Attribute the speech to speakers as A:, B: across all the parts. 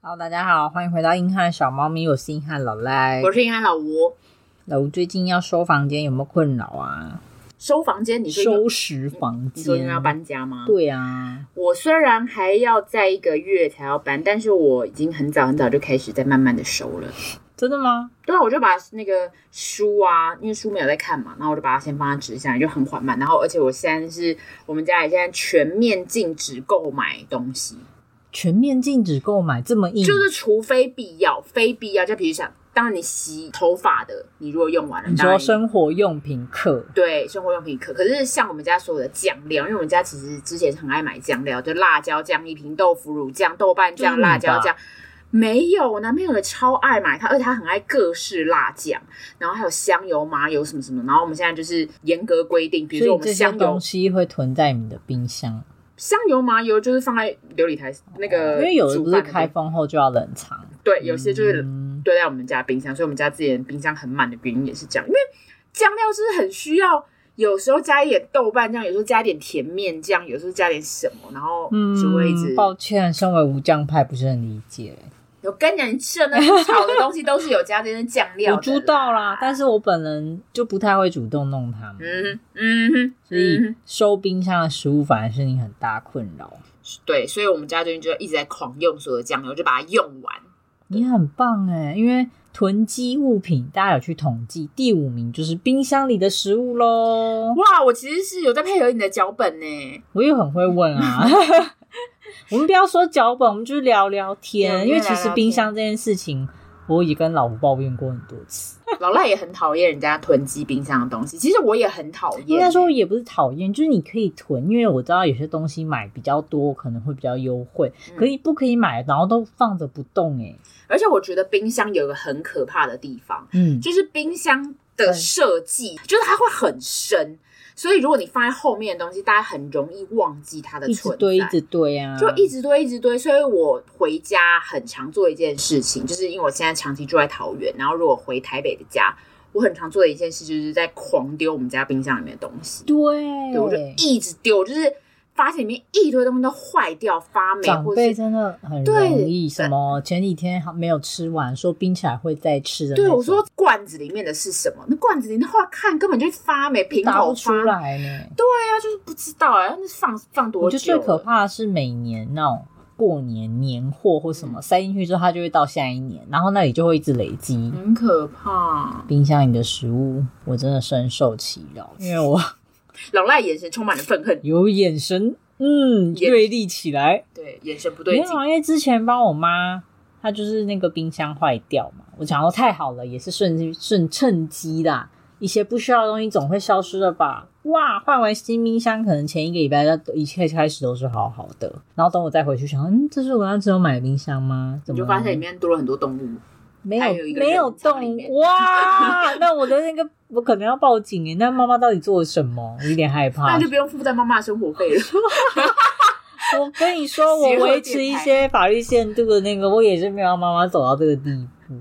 A: Hello，大家好，欢迎回到硬汉小猫咪，我是硬汉老赖。
B: 我是硬汉老吴。
A: 老吴最近要收房间，有没有困扰啊？
B: 收房间，你说
A: 收拾房
B: 你说因
A: 间
B: 为要搬家吗？
A: 对啊，
B: 我虽然还要在一个月才要搬，但是我已经很早很早就开始在慢慢的收了。
A: 真的吗？
B: 对啊，我就把那个书啊，因为书没有在看嘛，然后我就把它先放在纸箱里，就很缓慢。然后，而且我现在是我们家里现在全面禁止购买东西，
A: 全面禁止购买，这么硬？
B: 就是除非必要，非必要。就比如想，当然你洗头发的，你如果用完了，
A: 你
B: 当
A: 说
B: 然
A: 生活用品课，
B: 对，生活用品可可是像我们家所有的酱料，因为我们家其实之前很爱买酱料，就辣椒酱一瓶、豆腐乳酱、豆瓣
A: 就是
B: 酱、
A: 你吧
B: 辣椒酱。没有，我男朋友也超爱买它，而且他很爱各式辣酱，然后还有香油、麻油什么什么。然后我们现在就是严格规定，比如
A: 所
B: 说
A: 以
B: 我们
A: 这些
B: 香油
A: 东、西会囤在你的冰箱，
B: 香油、麻油就是放在琉璃台那个，
A: 因为有的不
B: 不
A: 是开封后就要冷藏，
B: 对，有些就是
A: 嗯
B: 对待我们家冰箱，所以我们家之前冰箱很满的原因也是这样，因为酱料就是很需要，有时候加一点豆瓣酱，有时候加一点甜面酱，有时候加点什么，然后就会一直。
A: 嗯，抱歉，身为无酱派不是很理解。
B: 我跟你讲，你吃的那些炒的东西都是有加这些酱料的。
A: 我 知道啦，但是我本人就不太会主动弄它们。
B: 嗯哼嗯哼，
A: 所以
B: 嗯
A: 收冰箱的食物反而是你很大困扰。
B: 哼对，所以我们家最近就一直在狂用所有的酱料，就把它用完。
A: 你很棒哎、因为囤积物品，大家有去统计，第五名就是冰箱里的食物喽。
B: 哇，我其实是有在配合你的脚本呢。
A: 我也很会 问啊。我们不要说脚本，我们就是聊聊
B: 对我
A: 天，
B: 们
A: 因为
B: 就
A: 其
B: 聊
A: 实
B: 聊
A: 冰
B: 天
A: 箱这件事情，我已经跟老吴抱怨过很多次。
B: 老赖也很讨厌人家囤积冰箱的东西，其实我也很讨厌。欸
A: 应该说也不是讨厌，就是你可以囤，因为我知道有些东西买比较多可能会比较优惠，
B: 嗯
A: 可以不可以买，然后都放着不动哎、
B: 而且我觉得冰箱有一个很可怕的地方，
A: 嗯，
B: 就是冰箱的设计，就是它会很深，所以如果你放在后面的东西，大家很容易忘记它的
A: 一直
B: 存
A: 堆一
B: 在。
A: 直堆啊，
B: 就一直堆，一直堆，所以我回家很常做一件事情，就是因为我现在长期住在桃园，然后如果回台北的家，我很常做的一件事就是在狂丢我们家冰箱里面的东西，
A: 对，
B: 对，我就一直丢，就是发现里面一堆东西都坏掉、发霉，
A: 长
B: 或
A: 辈
B: 者是
A: 真的很
B: 对
A: 容易，什么前几天还没有吃完，说冰起来会再吃的那
B: 对
A: 种，
B: 我说罐子里面的是什么？那罐子里的话看根本就发霉，瓶
A: 答
B: 口
A: 不出
B: 发霉。
A: 来呢。
B: 对啊，就是不知道哎、那放放
A: 我
B: 多
A: 觉
B: 久
A: 得最
B: 了？
A: 可怕的是每年那种过年年货或
B: 嗯
A: 什么塞进去之后，它就会到下一年，然后那里就会一直累积。
B: 很可怕。
A: 冰箱里的食物，我真的深受其扰，因为我
B: 老赖眼神充满了愤恨，
A: 有眼神，嗯，
B: 眼
A: 对立起来。
B: 对，眼神不
A: 没
B: 对
A: 有
B: 劲。
A: 啊，因为之前帮我妈，她就是那个冰箱坏掉嘛，我想说太好了，也是顺顺趁机啦，一些不需要的东西总会消失的吧。哇，换完新冰箱，可能前一个礼拜的一切开始都是好好的，然后等我再回去想，嗯，这是我当时有买的冰箱吗？怎
B: 你
A: 么
B: 就
A: 了
B: 发现里面多了很多动物，
A: 没有
B: 还有一个人
A: 没有
B: 藏里
A: 动
B: 面
A: 哇？那我的那个我可能要报警耶，那妈妈到底做了什么？我有点害怕
B: 那。就不用负担妈妈的生活 费了。
A: 我跟你说，我
B: 邪恶
A: 维持
B: 电
A: 一
B: 台
A: 些法律限度的那个，我也是没有让妈妈走到这个地步。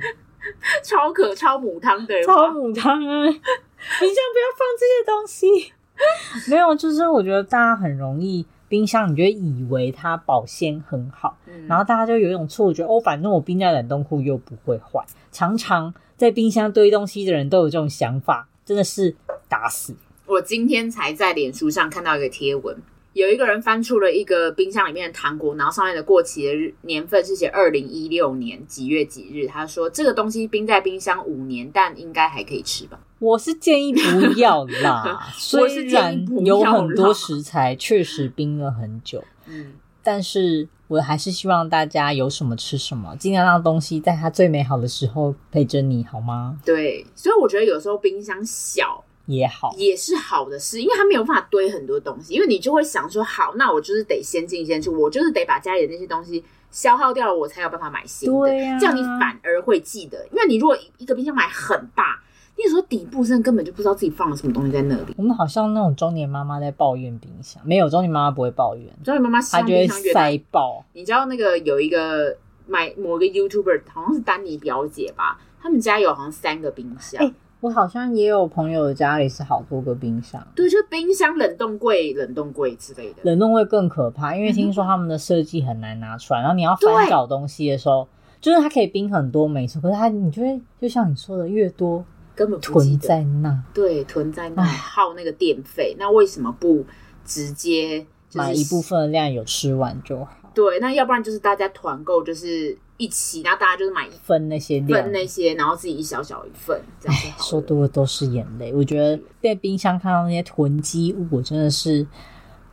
B: 超可超母汤的人，
A: 超母汤啊！冰箱不要放这些东西。 没有，就是我觉得大家很容易，冰箱你就会以为它保鲜很好，
B: 嗯
A: 然后大家就有一种错觉，哦，反正我冰在冷冻库又不会坏。常常在冰箱堆东西的人都有这种想法，真的是打死。
B: 我今天才在脸书上看到一个贴文，有一个人翻出了一个冰箱里面的糖果，然后上面的过期的日年份是写二零一六年几月几日。他说这个东西冰在冰箱五年，但应该还可以吃吧？
A: 我是建议不要 啦，
B: 我
A: 虽
B: 是建
A: 然
B: 议不要
A: 有
B: 啦
A: 很多食材确实冰了很久，
B: 嗯，
A: 但是我还是希望大家有什么吃什么，尽量让东西在它最美好的时候陪着你，好吗？
B: 对，所以我觉得有时候冰箱小
A: 也好，
B: 也是好的事，因为它没有办法堆很多东西，因为你就会想说，好，那我就是得先进先出，我就是得把家里的那些东西消耗掉了，我才有办法买新的。
A: 对呀
B: 这样你反而会记得，因为你如果一个冰箱买很大，你有时候底部真的根本就不知道自己放了什么东西在那里。
A: 我们好像那种中年妈妈在抱怨冰箱，没有中年妈妈不会抱怨，
B: 所以妈妈
A: 她
B: 箱
A: 就会
B: 冰箱越大
A: 塞，爆。
B: 你知道那个有一个买某个 YouTuber 好像是丹尼表姐吧，他们家有好像三个冰箱。
A: 哎我好像也有朋友家里是好多个冰箱，
B: 对，就是冰箱、冷冻柜、冷冻柜之类的。
A: 冷冻会更可怕，因为听说他们的设计很难拿出来，然后你要翻
B: 对
A: 找东西的时候，就是它可以冰很多没错，可是它你就会就像你说的，越多
B: 根本不记
A: 囤
B: 得
A: 在那，
B: 对，囤在那
A: 唉
B: 耗那个电费，那为什么不直接就是
A: 买一部分的量有吃完就好，
B: 对，那要不然就是大家团购，就是一起，然后大家就是买一
A: 分那些量
B: 份。那些，然后自己一小小一份，这样就好了。
A: 说多了都是眼泪，我觉得在冰箱看到那些囤积物，我真的是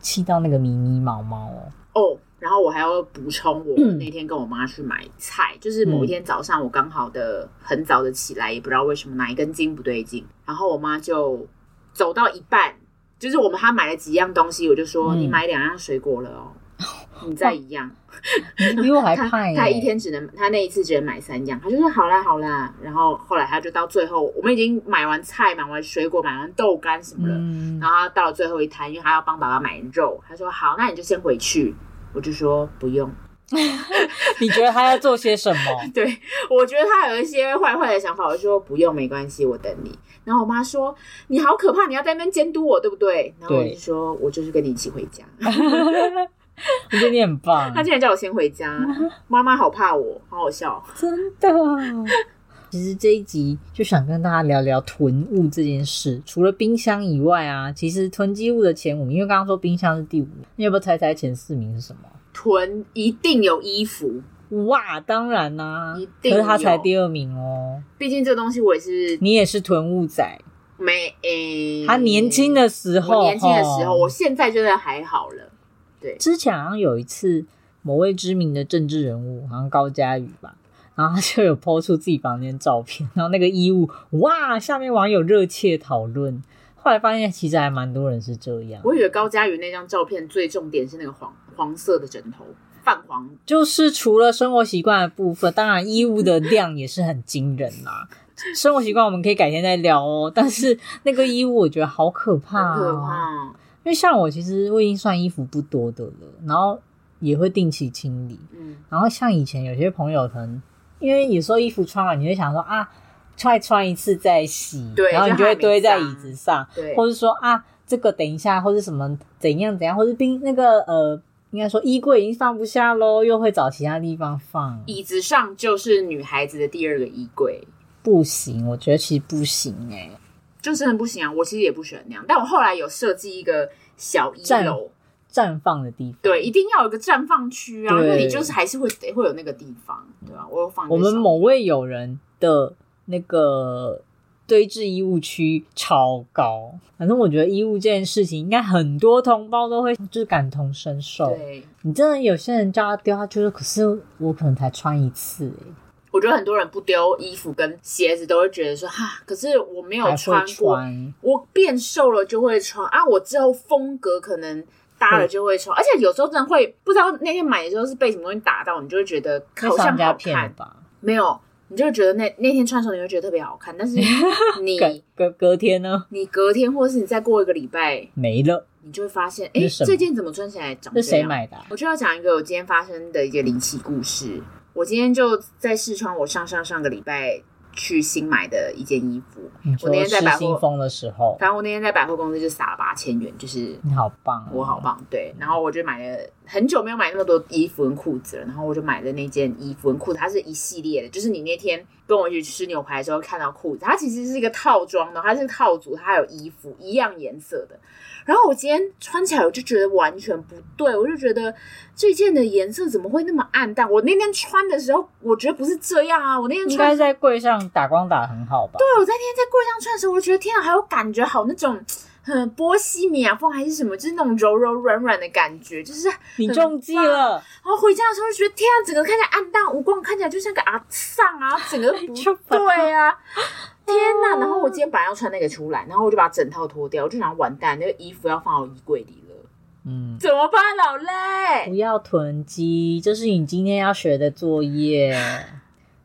A: 气到那个迷迷毛 毛哦。
B: 哦，然后我还要补充我，
A: 嗯
B: 那天跟我妈去买菜，就是某一天早上我刚好的很早的起来，也不知道为什么哪一根筋不对劲，然后我妈就走到一半，就是我们她买了几样东西，我就说、
A: 嗯
B: 你买两样水果了 哦，你再一样。
A: 你比我还
B: 他
A: 怕耶！
B: 他一天只能，他那一次只能买三样，他就说好啦好啦，然后后来他就到最后，我们已经买完菜、买完水果、买完豆干什么了，
A: 嗯
B: 然，后他到了最后一摊，因为他要帮爸爸买肉，他说好，那你就先回去。我就说不用，
A: 你觉得他要做些什么？
B: 对我觉得他有一些坏坏的想法，我就说不用没关系，我等你。然后我妈说你好可怕，你要在那边监督我，对不对？然后我就
A: 对
B: 说我就是跟你一起回 家。
A: 我觉得你很棒，
B: 他竟然叫我先回 家，妈妈好怕我，好好笑。
A: 真的。其实这一集就想跟大家聊聊囤物这件事。除了冰箱以外啊，其实囤积物的前五名，因为刚刚说冰箱是第五名，你要不要猜猜前四名是什么？
B: 囤一定有衣服，
A: 哇，当然啦、
B: 一
A: 可
B: 定
A: 是它才
B: 有
A: 第二名哦。
B: 毕竟这东西我也是
A: 你也是囤物仔，
B: 没诶、
A: 他年轻的时候，
B: 我年轻的时候，
A: 吼
B: 我现在觉得还好了。
A: 之前好像有一次，某位知名的政治人物，好像高嘉瑜吧，然后他就有抛出自己房间照片，然后那个衣物，哇，下面网友热切讨论。后来发现其实还蛮多人是这样，
B: 我以为高佳宇那张照片最重点是那个黄黄色的枕头，泛黄。
A: 就是除了生活习惯的部分，当然衣物的量也是很惊人 啦、生活习惯我们可以改天再聊哦，但是那个衣物我觉得好可
B: 很
A: 怕、哦，
B: 可怕，
A: 因为像我其实我已经算衣服不多的了，然后也会定期清理，
B: 嗯，
A: 然后像以前有些朋友可能，因为有时候衣服穿完，你会想说啊，再穿一次再洗，
B: 对
A: 然后你
B: 就
A: 就
B: 还
A: 会
B: 没
A: 堆在
B: 脏
A: 椅子上，
B: 对，
A: 或是说啊，这个等一下，或是什么怎样怎样，或是冰那个呃，应该说衣柜已经放不下喽，又会找其他地方放。
B: 椅子上就是女孩子的第二个衣柜，
A: 不行，我觉得其实不行哎、
B: 就真的不行啊。我其实也不喜欢那样，但我后来有设计一个小一
A: 站
B: 楼，
A: 绽放的地方。
B: 对，一定要有一个绽放区啊，因
A: 对
B: 为你就是还是会得会有那个地方，对吧、我有放一个
A: 我们
B: 小
A: 某位友人的那个堆置衣物区超高，反正我觉得衣物这件事情，应该很多同胞都会就是感同身受。
B: 对，
A: 你真的有些人叫他丢，他就说：“可是我可能才穿一次、欸，
B: 我觉得很多人不丢衣服跟鞋子，都会觉得说哈，可是我没有
A: 还
B: 穿
A: 会
B: 过，
A: 穿。
B: 我变瘦了就会穿啊，我之后风格可能搭了就会穿，而且有时候真的会不知道那天买的时候是被什么东西打到，你就会觉得”好
A: 被商
B: 像
A: 家
B: 好
A: 骗了
B: 看，
A: 吧？
B: 没有，你就会觉得那那天穿的时候你会觉得特别好看， 但是
A: 隔
B: 你
A: 隔隔天呢，
B: 你隔天或是你再过一个礼拜，
A: 没了。
B: 你就会发现，哎、
A: 那是什么
B: 这件怎么穿起来长这
A: 是
B: 样？
A: 谁买的啊、
B: 我就要讲一个我今天发生的一个离奇故事。我今天就在试穿我上上上个礼拜去新买的一件衣服，
A: 你
B: 我那
A: 说
B: 天在
A: 失
B: 百货
A: 心疯的时候，
B: 反正我那天在百货公司就撒了八千元，就是
A: 你好棒、哦，
B: 我好。棒，对。然后我就买了很久没有买那么多衣服跟裤子了，然后我就买了那件衣服跟裤子，它是一系列的，就是你那天跟我一起去吃牛排的时候看到裤子，它其实是一个套装的，它是套组，它还有衣服一样颜色的。然后我今天穿起来，我就觉得完全不对，我就觉得这件的颜色怎么会那么暗淡？我那天穿的时候，我觉得不是这样啊，我那天
A: 应
B: 穿
A: 该在柜上打光打得很好吧？
B: 对，我在那天在柜上穿的时候，我觉得天啊，还有感觉好那种，很波西米亚风还是什么，就是那种柔柔软软的感觉，就是。然
A: 你中计了，
B: 后回家的时候就觉得天啊，整个看起来暗淡无光，看起来就像个阿丧啊，整个不
A: 就把它
B: 对啊。天呐！然后我今天本来要穿那个出来，然后我就把整套脱掉，我就想完蛋，那个衣服要放到衣柜里了，
A: 嗯，
B: 怎么办，老嘞
A: 不？要囤积，这是你今天要学的作业。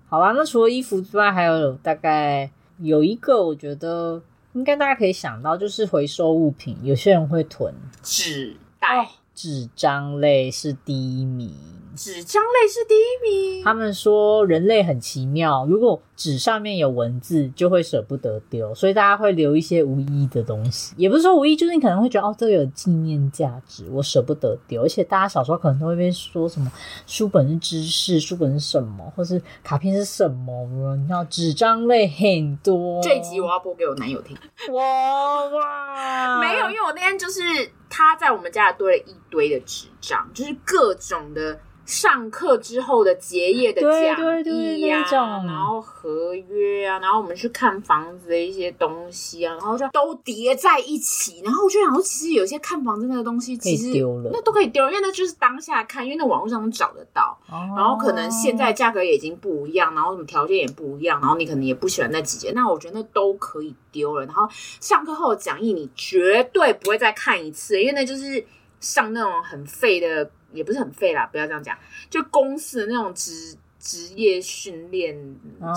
A: 好啦，那除了衣服之外，还有大概有一个，我觉得应该大家可以想到，就是回收物品，
B: 哦
A: 有些人会囤。
B: 纸袋，
A: 纸张类是第一名，
B: 纸张类是第一名，
A: 他们说人类很奇妙，如果纸上面有文字，就会舍不得丢，所以大家会留一些无意义的东西。也不是说无意义，就是你可能会觉得哦，这个有纪念价值，我舍不得丢。而且大家小时候可能都会被说什么书本是知识，书本是什么，或是卡片是什么。你知道纸张类很多。
B: 这一集我要播给我男友听。
A: 哇哇，
B: 没有，因为我那天就是他在我们家里堆了一堆的纸张，就是各种的上课之后的结业的
A: 对
B: 讲
A: 对对
B: 义呀、
A: 那种
B: 然后合约啊，然后我们去看房子的一些东西啊，然后就都叠在一起。然后我就想说，其实有些看房子那个东西，
A: 可
B: 其
A: 以
B: 实
A: 丢了
B: 那。都可以丢，因为那就是当下看，因为那网络上能找得到。
A: 然
B: 然后可能现在价格也已经不一样，然后什么条件也不一样，然后你可能也不喜欢那几件，那我觉得那都可以丢了。然后上课后的讲义你绝对不会再看一次，因为那就是上那种很废的，也不是很废啦，不要这样讲，就公司的那种职职业训练、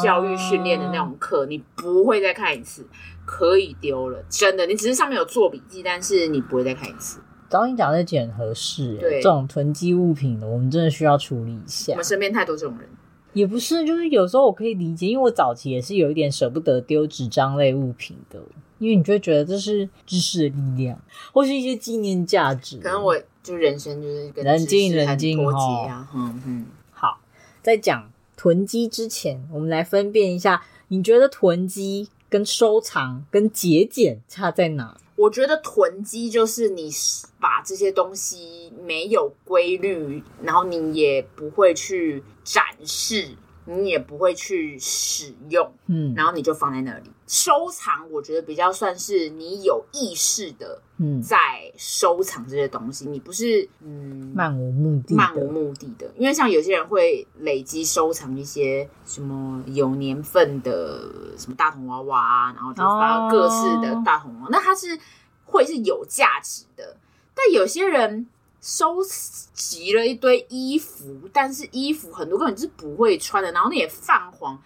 B: 教育训练的那种课，你不会再看一次，可以丢了，真的。你只是上面有做笔记，但是你不会再看一次。
A: 找你讲这集很合适耶，
B: 对
A: 欸这种囤积物品的，我们真的需要处理一下
B: 我们。身边太多这种人，
A: 也不是，就是有时候我可以理解，因为我早期也是有一点舍不得丢纸张类物品的，因为你就会觉得这是知识的力量，或是一些纪念价值。
B: 可能我就人生就是跟
A: 冷静
B: 知识很
A: 冷静哦
B: 脱节啊，嗯嗯，
A: 好，在讲囤积之前，我们来分辨一下，你觉得囤积跟收藏跟节俭差在哪？
B: 我觉得囤积就是你把这些东西没有规律，然后你也不会去展示，你也不会去使用，
A: 嗯
B: 然后你就放在那里。收藏，我觉得比较算是你有意识的
A: 嗯，
B: 在收藏这些东西，你不是嗯
A: 漫无目的的，
B: 漫无目的的，因为像有些人会累积收藏一些什么有年份的什么大桶娃娃啊，然后就发
A: 哦
B: 各式的大桶娃娃，那它是会是有价值的。但有些人收集了一堆衣服，但是衣服很多根本就是不会穿的，然后那也泛黄，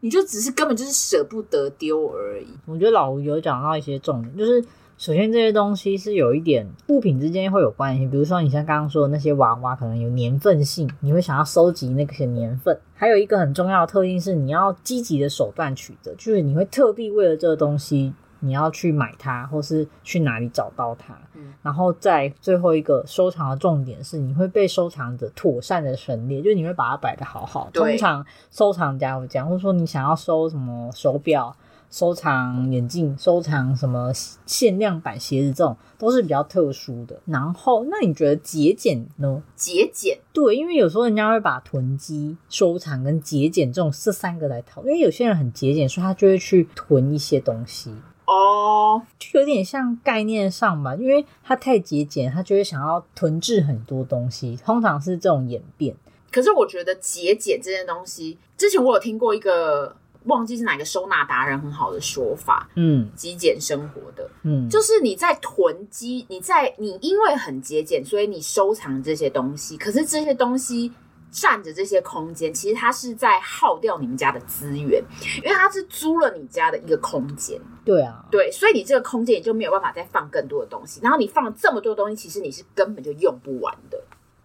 B: 你就只是根本就是舍不得丢而已。
A: 我觉得老吴有讲到一些重点，就是首先这些东西是有一点物品之间会有关系，比如说你像刚刚说的那些娃娃，可能有年份性，你会想要收集那些年份。还有一个很重要的特性是，你要积极的手段取得，就是你会特地为了这个东西，你要去买它，或是去哪里找到它。
B: 嗯
A: 然后在最后一个收藏的重点是，你会被收藏者妥善的陈列，就是你会把它摆的好好。
B: 对
A: 通常收藏家会这样，或者说你想要收什么手表、收藏眼镜、收藏什么限量版鞋子，这种都是比较特殊的。然后，那你觉得节俭呢？
B: 节俭，
A: 对，因为有时候人家会把囤积、收藏跟节俭这种这三个来讨论，因为有些人很节俭，所以他就会去囤一些东西。
B: 哦，
A: 就有点像概念上吧，因为他太节俭，他就会想要囤置很多东西，通常是这种演变。
B: 可是我觉得节俭这件东西，之前我有听过一个忘记是哪个收纳达人很好的说法，
A: 嗯
B: 极简生活的，
A: 嗯，
B: 就是你在囤积，你在你因为很节俭，所以你收藏这些东西，可是这些东西。占着这些空间，其实它是在耗掉你们家的资源，因为它是租了你家的一个空间，
A: 对啊，
B: 对，所以你这个空间也就没有办法再放更多的东西。然后你放了这么多东西，其实你是根本就用不完的。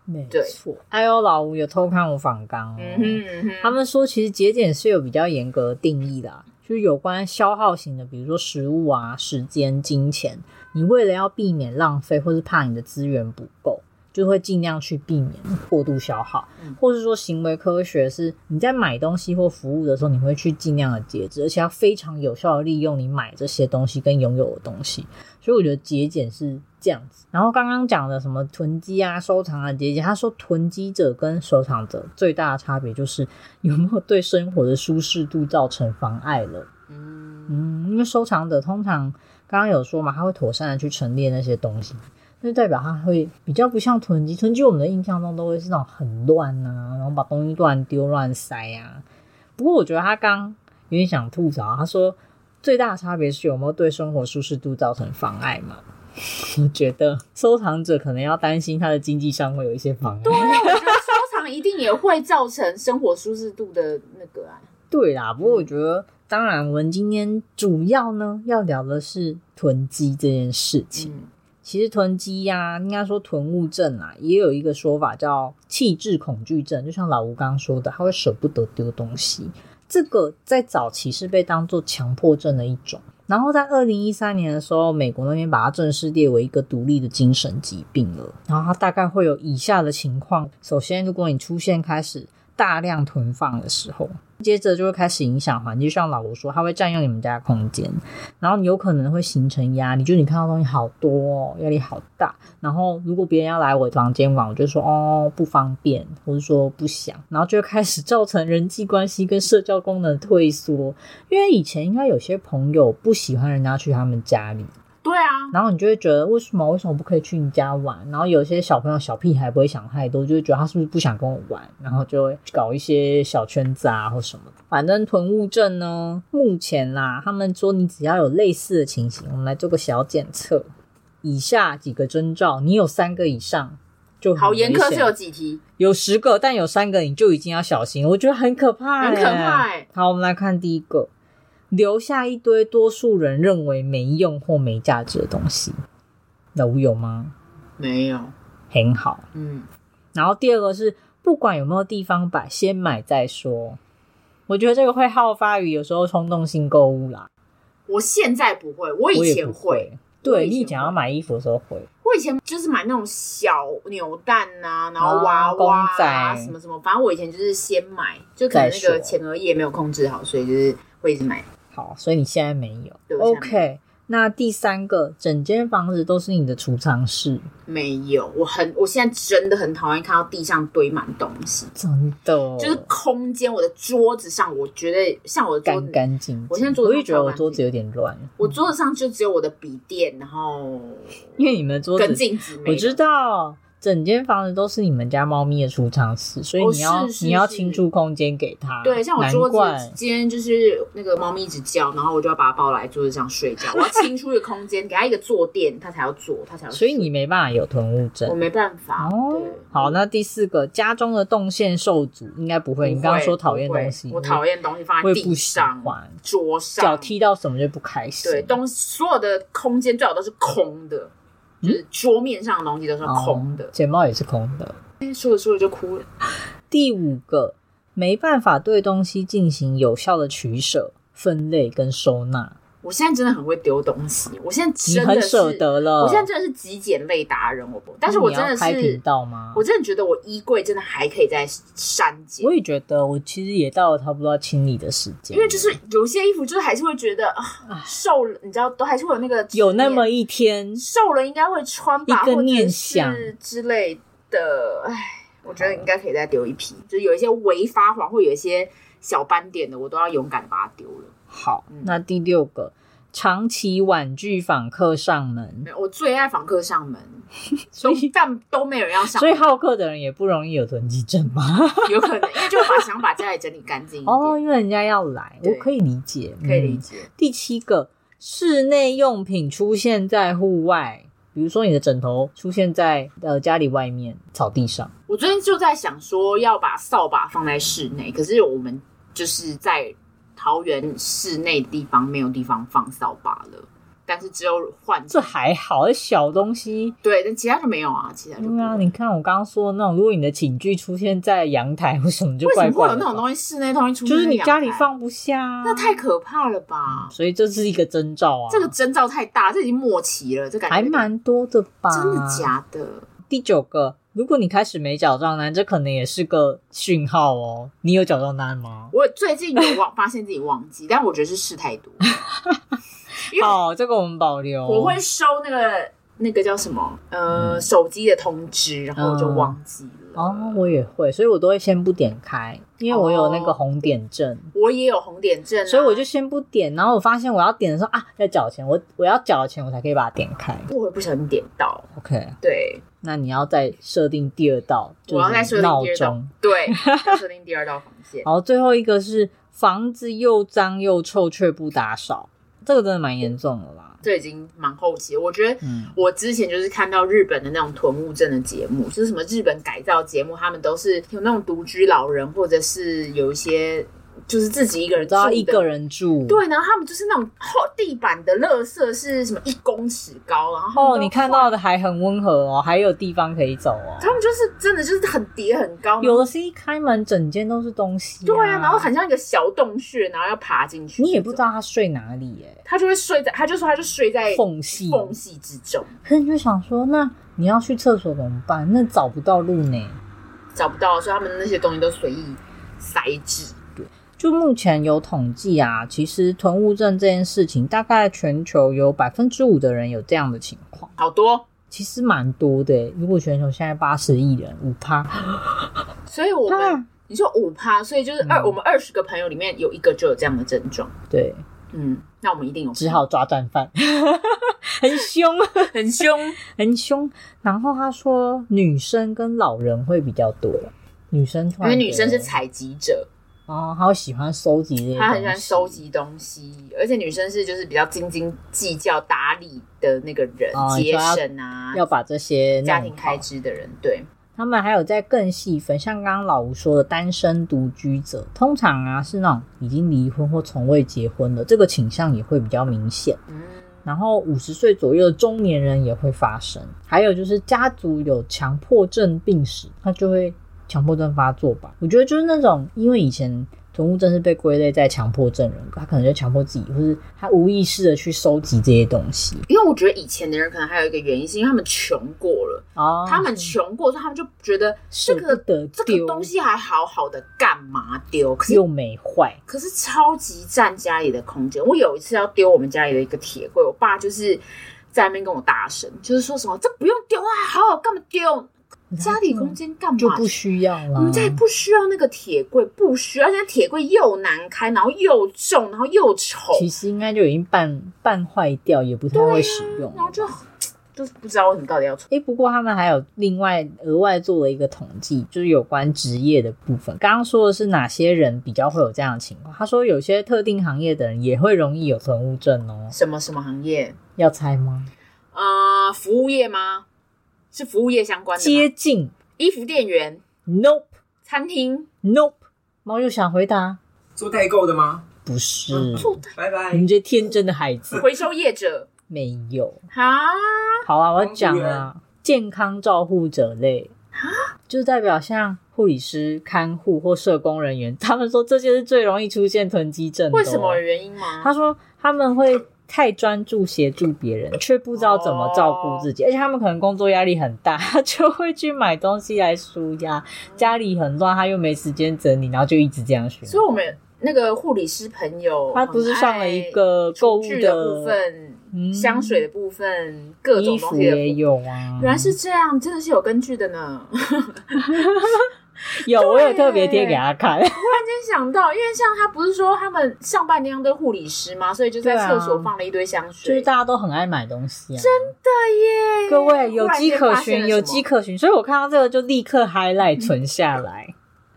A: 没
B: 对
A: 错。哎呦，老吴有偷看我访纲哦。
B: 嗯哼嗯哼
A: 他们说，其实节俭是有比较严格的定义的啊、就是有关消耗型的，比如说食物啊、时间、金钱，你为了要避免浪费，或是怕你的资源不够，就会尽量去避免过度消耗，
B: 嗯
A: 或是说行为科学是你在买东西或服务的时候，你会去尽量的节制，而且要非常有效的利用你买这些东西跟拥有的东西。所以我觉得节俭是这样子。然后刚刚讲的什么囤积啊、收藏啊、节俭，他说囤积者跟收藏者最大的差别就是有没有对生活的舒适度造成妨碍了。
B: 嗯
A: 嗯，因为收藏者通常刚刚有说嘛，他会妥善的去陈列那些东西，那就代表他会比较不像囤积。囤积我们的印象中都会是那种很乱啊，然后把东西乱丢乱塞啊。不过我觉得他刚有点想吐槽，他说最大的差别是有没有对生活舒适度造成妨碍嘛？ 我觉得收藏者可能要担心他的经济上会有一些妨碍。
B: 对啊，我觉得收藏一定也会造成生活舒适度的那个啊。
A: 对啦，不过我觉得，当然，我们今天主要呢要聊的是囤积这件事情。
B: 嗯，
A: 其实囤积呀、应该说囤物症啊，也有一个说法叫弃置恐惧症，就像老吴刚刚说的，他会舍不得丢东西。这个在早期是被当做强迫症的一种，然后在二零一三年的时候，美国那边把它正式列为一个独立的精神疾病了。然后它大概会有以下的情况：首先，如果你出现开始大量囤放的时候，接着就会开始影响环境，就像老吴说，它会占用你们家的空间，然后你有可能会形成压力，就你看到东西好多、哦，压力好大。然后如果别人要来我房间玩，我就说哦不方便，或者说不想，然后就会开始造成人际关系跟社交功能退缩。因为以前应该有些朋友不喜欢人家去他们家里，
B: 对啊，
A: 然后你就会觉得为什么为什么不可以去你家玩？然后有些小朋友小屁孩不会想太多，就会觉得他是不是不想跟我玩，然后就会搞一些小圈子啊或什么的。反正囤物症呢，目前啦，他们说你只要有类似的情形，我们来做个小检测，以下几个征兆，你有三个以上就很
B: 好严苛是
A: 危险
B: 有几题，
A: 有十个，但有三个你就已经要小心，我觉得很可怕、
B: 很可怕、。欸。
A: 好，我们来看第一个，留下一堆多数人认为没用或没价值的东西。老吴有吗？
B: 没有，
A: 很好。
B: 嗯，
A: 然后第二个是，不管有没有地方摆，先买再说。我觉得这个会好发于有时候冲动性购物啦。
B: 我现在不会，我
A: 我
B: 以
A: 也
B: 前
A: 不
B: 会，
A: 会，
B: 我以
A: 对你
B: 前
A: 以前要
B: 会
A: 买衣服的时候会，
B: 我以前就是买那种小扭蛋啊，然后娃
A: 啊
B: 娃啊，
A: 公仔
B: 什么什么，反正我以前就是先买，就可能那
A: 再说
B: 个前额叶没有控制好，所以就是会一直买。
A: 好，所以你现在没有。
B: 对我现在没
A: OK，那第三个，整间房子都是你的储藏室，
B: 没有，我很，我现在真的很讨厌看到地上堆满东西，
A: 真的哦
B: 就是空间，我的桌子上，我觉得像我的桌
A: 干
B: 子，
A: 干净净。
B: 我现在桌子
A: 我也
B: 上
A: 觉得
B: 超
A: 我
B: 干
A: 桌子
B: 净
A: 有点乱，
B: 我桌子上就只有我的笔电，然后
A: 因为你们的桌
B: 跟
A: 子，
B: 镜子没了。
A: 我知道，整间房子都是你们家猫咪的储藏室，所以你要、
B: 哦是是
A: 你要
B: 是
A: 清出空间给它。
B: 对，像我桌
A: 难
B: 子
A: 怪
B: 今天就是那个猫咪一直叫，然后我就要把它抱来桌子上睡觉。我要清出一个空间，给它一个坐垫，它才要坐，它才要
A: 所
B: 睡。
A: 以你没办法有囤物
B: 我
A: 症。
B: 没办法。
A: 哦
B: 对，
A: 好，那第四个，家中的动线受阻，应该不
B: 不
A: 会。你刚刚
B: 会
A: 说讨厌
B: 不会
A: 东西，
B: 我讨厌东西放
A: 我
B: 在
A: 也不
B: 地
A: 喜
B: 上、
A: 欢，
B: 桌
A: 脚
B: 上，
A: 踢到什么就不开心。
B: 对东所有的空间最好都是空的，就是桌面上的东西都是
A: 嗯哦
B: 空的。
A: 钱包也是空的。
B: 哎说着说着就哭了。
A: 第五个，没办法对东西进行有效的取舍、分类跟收纳，
B: 我现在真的很会丢东西，我现在
A: 你
B: 真的
A: 很
B: 是，
A: 舍得了。
B: 我现在真的是极简类达人，我不，但是我真的
A: 嗯那你要
B: 是
A: 开频道吗？
B: 我真的觉得我衣柜真的还可以再删减
A: 我，也觉得，我其实也到了差不多要清理的时间，
B: 因为就是有些衣服就是还是会觉得啊
A: 唉
B: 瘦了，你知道都还是会有那个执念
A: 有那么一天，
B: 瘦了应该会穿吧，
A: 一个
B: 或者
A: 念想
B: 是之类的。唉，我觉得应该可以再丢一批，就是有一些微发黄或有一些小斑点的，我都要勇敢的把它丢了。
A: 好
B: 嗯，
A: 那第六个，长期婉拒访客上门，
B: 没有我最爱访客上门，
A: 所以
B: 都但都没有人要嗯上
A: 所以
B: 门，
A: 好客的人也不容易有囤积症吗？
B: 有可能因为就把想把家里整理干净一点，
A: 哦，因为人家要来，我
B: 对
A: 可以理解，
B: 可以理
A: 嗯
B: 解。
A: 第七个，室内用品出现在户外，比如说你的枕头出现在呃家里外面草地上，
B: 我最近就在想说要把扫把放在室内，可是我们就是在桃园室内地方没有地方放扫把了，但是只有换
A: 这还好，这小东西。
B: 对，但其他就没有啊，其他就不
A: 对啊，
B: 会
A: 你看我刚刚说的那种，如果你的寝具出现在阳台或什么，就
B: 为什
A: 怪
B: 么会
A: 怪
B: 有
A: 的
B: 那种
A: 吧。
B: 东西室内东西出现？
A: 就是你家里，放嗯不下啊，
B: 那太可怕了吧？
A: 所以这是一个征兆啊。
B: 这个征兆太大，这已经末期了，这感觉
A: 还
B: 有点
A: 蛮多的吧？
B: 真的？假的？
A: 第九个，如果你开始没缴账单，这可能也是个讯号哦。你有缴账单吗？
B: 我最近有 忘发现自己忘记，但我觉得是事太多，因为
A: 好，这个我们保留。
B: 我会收那个那个叫什么呃、手机的通知，然后我就忘记了。
A: 嗯哦，我也会，所以我都会先不点开，因为我有那个
B: 哦
A: 红点症，
B: 我也有红点症、啊，
A: 所以我就先不点。然后我发现我要点的时候啊，要缴钱，我我要缴钱，我才可以把它点开。
B: 我会不小心点到。
A: OK，
B: 对，
A: 那你要再设定第二道，就
B: 我要再设
A: 是
B: 定
A: 闹
B: 第二道
A: 钟。，
B: 对，要设定第二道防 线。
A: 然后最后一个是房子又脏又臭却不打扫，这个真的蛮严重的啦。
B: 这已经蛮后期了，我觉得
A: 嗯，
B: 我之前就是看到日本的那种囤物症的节目，就是什么日本改造节目，他们都是有那种独居老人，或者是有一些就是自己一个人
A: 只要一
B: 人。
A: 个人住，
B: 对，然后他们就是那种厚地板的垃圾是什么一公尺高，然后
A: 哦，你看到的还很温和哦，还有地方可以走哦。
B: 他们就是真的就是很叠很高，
A: 有的是一开门，整间都是东西、
B: 对啊，然后很像一个小洞穴，然后要爬进去，
A: 你也不知，道他睡哪里耶、
B: 他就会睡在，他就说他就睡在
A: 缝隙。
B: 哎缝隙之中，
A: 可是你就想说，那你要去厕所怎么办？那找不到路呢。
B: 找不到，所以他们那些东西都随意塞置。
A: 就目前有统计啊，其实囤物症这件事情，大概全球有百分之五的人有这样的情况，
B: 好多，
A: 其实蛮多的耶、欸如果全球现在八十亿人，五趴，
B: 所以我们、
A: 啊
B: 你说五趴，所以就是二、
A: 嗯
B: 我们二十个朋友里面有一个就有这样的症状。
A: 对，
B: 嗯，那我们一定有，
A: 只好抓战犯， 很凶，
B: 很凶，
A: 很凶。然后他说，女生跟老人会比较多，女生突
B: 因
A: 然
B: 为女
A: 觉
B: 生
A: 得
B: 是采集者，
A: 哦，她会喜欢收集这些，
B: 她很喜欢收。集东西，而且女生是就是比较斤斤计较、打理的那个人，
A: 哦你
B: 节
A: 说要
B: 省啊，
A: 要把这些弄
B: 家庭开
A: 好
B: 支的人，对，
A: 他们还有在更细分，像刚刚老吴说的单身独居者，通常啊是那种已经离婚或从未结婚的，这个倾向也会比较明显。
B: 嗯，
A: 然后五十岁左右的中年人也会发生，还有就是家族有强迫症病史，他就会强迫症发作吧。我觉得就是那种，因为以前囤物症是被归类在强迫症人格，他可能就强迫自己，或是他无意识的去收集这些东西。
B: 因为我觉得以前的人可能还有一个原因，是因为他们穷过了，
A: 哦
B: 他们穷过，所以他们就觉得这
A: 舍不
B: 个
A: 得
B: 这个
A: 丢
B: 东西还好好的，干嘛丢？可是
A: 又没坏，
B: 可是超级占家里的空间。我有一次要丢我们家里的一个铁柜，我爸就是在那边跟我大声，就是说什么这不用丢啊，好好干嘛丢？家里空间干嘛
A: 就不需要啊啦。
B: 我们家也不需要那个铁柜，不需要，而且那铁柜又难开，然后又重，然后又丑，啊
A: 其实应该就已经半半坏掉，也不太会使用。
B: 然后就就是不知道为什么到底要重。
A: 诶，不过他们还有另外额外做了一个统计，就是有关职业的部分。刚刚说的是哪些人比较会有这样的情况？他说有些特定行业的人也会容易有囤物症哦，
B: 什么什么行业？
A: 要猜吗？
B: 呃，服务业吗？是服务业相关的
A: 接
B: 吗？
A: 近
B: 衣服店员、
A: ，nope
B: 餐 厅
A: nope，猫又想回答，
C: 做代购的吗？
A: 不是，
C: 嗯
B: 啊做
C: 拜
A: 你
C: 拜
A: 们。这些天真的孩子
B: 回收业者
A: 没有。
B: 哈，
A: 好啊，我讲啊，健康照护者类，就代表像护理师、看护或社工人员，他们说这些是最容易出现囤积症的哦。
B: 为什么有原因吗？
A: 他说他们会太专注协助别人，却不知道怎么照顾自
B: 哦
A: 己，而且他们可能工作压力很大，他就会去买东西来舒压。家里很乱，他又没时间整理，然后就一直这样循
B: 所以
A: 环。
B: 我们那个护理师朋友，
A: 他不是上了一个
B: 厨
A: 购物
B: 具
A: 的
B: 部分、
A: 嗯
B: 香水的部分、各种东
A: 衣服
B: 西的部分
A: 也有啊，
B: 原来是这样，真的是有根据的呢。突
A: 有，我有特别贴给他看。
B: 然间想到，因为像他不是说他们上半年都护理师嘛，所以就在
A: 对啊
B: 厕所放了一堆香
A: 就
B: 水。
A: 是大家都很爱买东西啊，
B: 对耶，
A: 各位有迹可
B: 忽然间发现
A: 循，
B: 了
A: 有
B: 什么
A: 迹可循，所以我看到这个就立刻 highlight 存下来。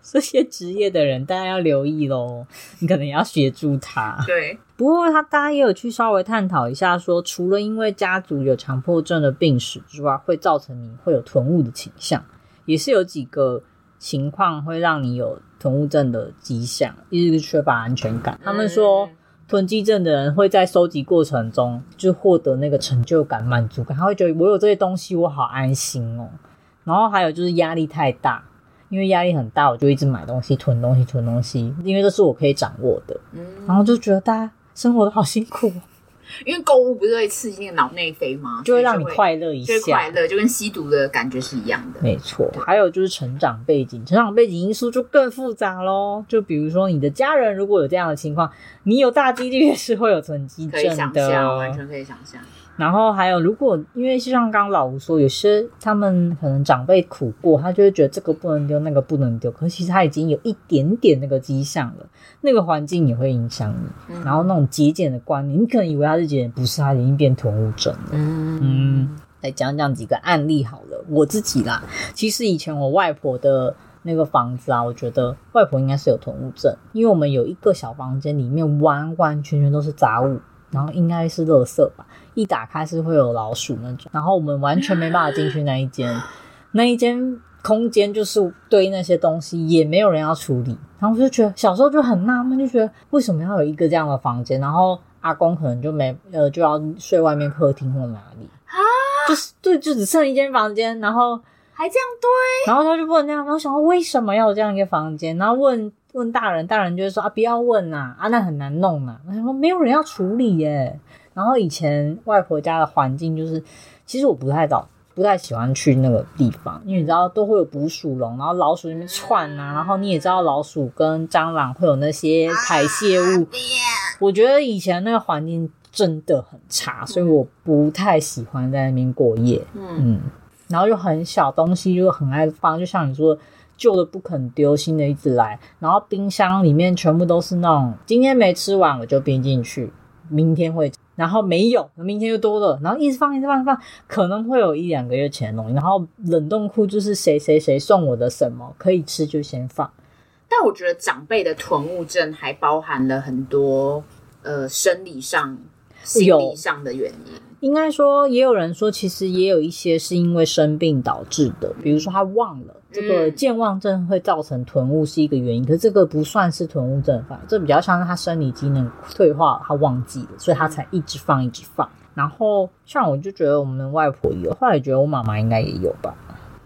A: 这些职业的人，大家要留意喽，你可能也要协助他。
B: 对，
A: 不过他大家也有去稍微探讨一下说，除了因为家族有强迫症的病史之外，会造成你会有囤物的倾向，也是有几个情况会让你有囤物症的迹象，一是缺乏安全感。他们说
B: 嗯，
A: 囤积症的人会在收集过程中就获得那个成就感、满足感，他会觉得我有这些东西，我好安心哦。然后还有就是压力太大，因为压力很大，我就一直买东西、囤东西、囤东西，因为这是我可以掌握的。
B: 嗯，
A: 然后就觉得大家生活的好辛苦哦，
B: 因为购物不是会刺激那个脑内啡吗？
A: 就会让你
B: 所以
A: 快乐一
B: 就会快
A: 下。
B: 乐，就跟吸毒的感觉是一样的。
A: 没错，还有就是成长背景，成长背景因素就更复杂喽。就比如说你的家人如果有这样的情况，你有大几率是会有囤积
B: 可以
A: 症
B: 想象，完
A: 的。
B: 全可以想象。
A: 然后还有，如果因为就像刚刚老吴说，有些他们可能长辈苦过，他就会觉得这个不能丢，那个不能丢。可是其实他已经有一点点那个迹象了，那个环境也会影响你。
B: 嗯
A: 然后那种节俭的观念，你可能以为他是节俭，不是，他已经变囤物症了。
B: 嗯
A: 嗯，来讲讲几个案例好了。我自己啦，其实以前我外婆的那个房子啊，我觉得外婆应该是有囤物症，因为我们有一个小房间，里面完完全全都是杂物，然后应该是垃圾吧，一打开是会有老鼠那种，然后我们完全没办法进去那一间，那一间。空间就是堆那些东西，也没有人要处理。然后我就觉得小时候就很纳闷，就觉得为什么要有一个这样的房间？然后阿公可能就没呃就要睡外面客厅或哪里
B: 啊，
A: 就是对，就只剩一间房间，然后
B: 还这样堆，
A: 然后他就问那样，然后我想说为什么要有这样一个房间？然后问问大人，大人就会说啊不要问啦、啊，那很难弄啦、我想说没有人要处理耶。然后以前外婆家的环境就是，其实我不太早不太喜欢去那个地方，因为你知道都会有捕鼠笼，然后老鼠在那边窜啊，然后你也知道老鼠跟蟑螂会有那些排泄物，我觉得以前那个环境真的很差，所以我不太喜欢在那边过夜。
B: 嗯，
A: 嗯，然后又很小东西，就很爱放，就像你说，旧的不肯丢，新的一直来。然后冰箱里面全部都是那种今天没吃完我就冰进去，明天会，然后没有，明天又多了，然后一直放一直放一直放，可能会有一两个月前的东西。然后冷冻库就是谁谁谁送我的什么可以吃就先放，
B: 但我觉得长辈的囤物症还包含了很多呃生理上、心
A: 有
B: 理上的原因。
A: 应该说，也有人说，其实也有一些是因为生病导致的，比如说他忘了，这
B: 嗯
A: 个健忘症会造成囤物是一个原因，可是这个不算是囤物症犯，这比较像是他生理机能退化，他忘记了，所以他才一直放一直放。然后像我就觉得我们外婆有，后来也觉得我妈妈应该也有吧，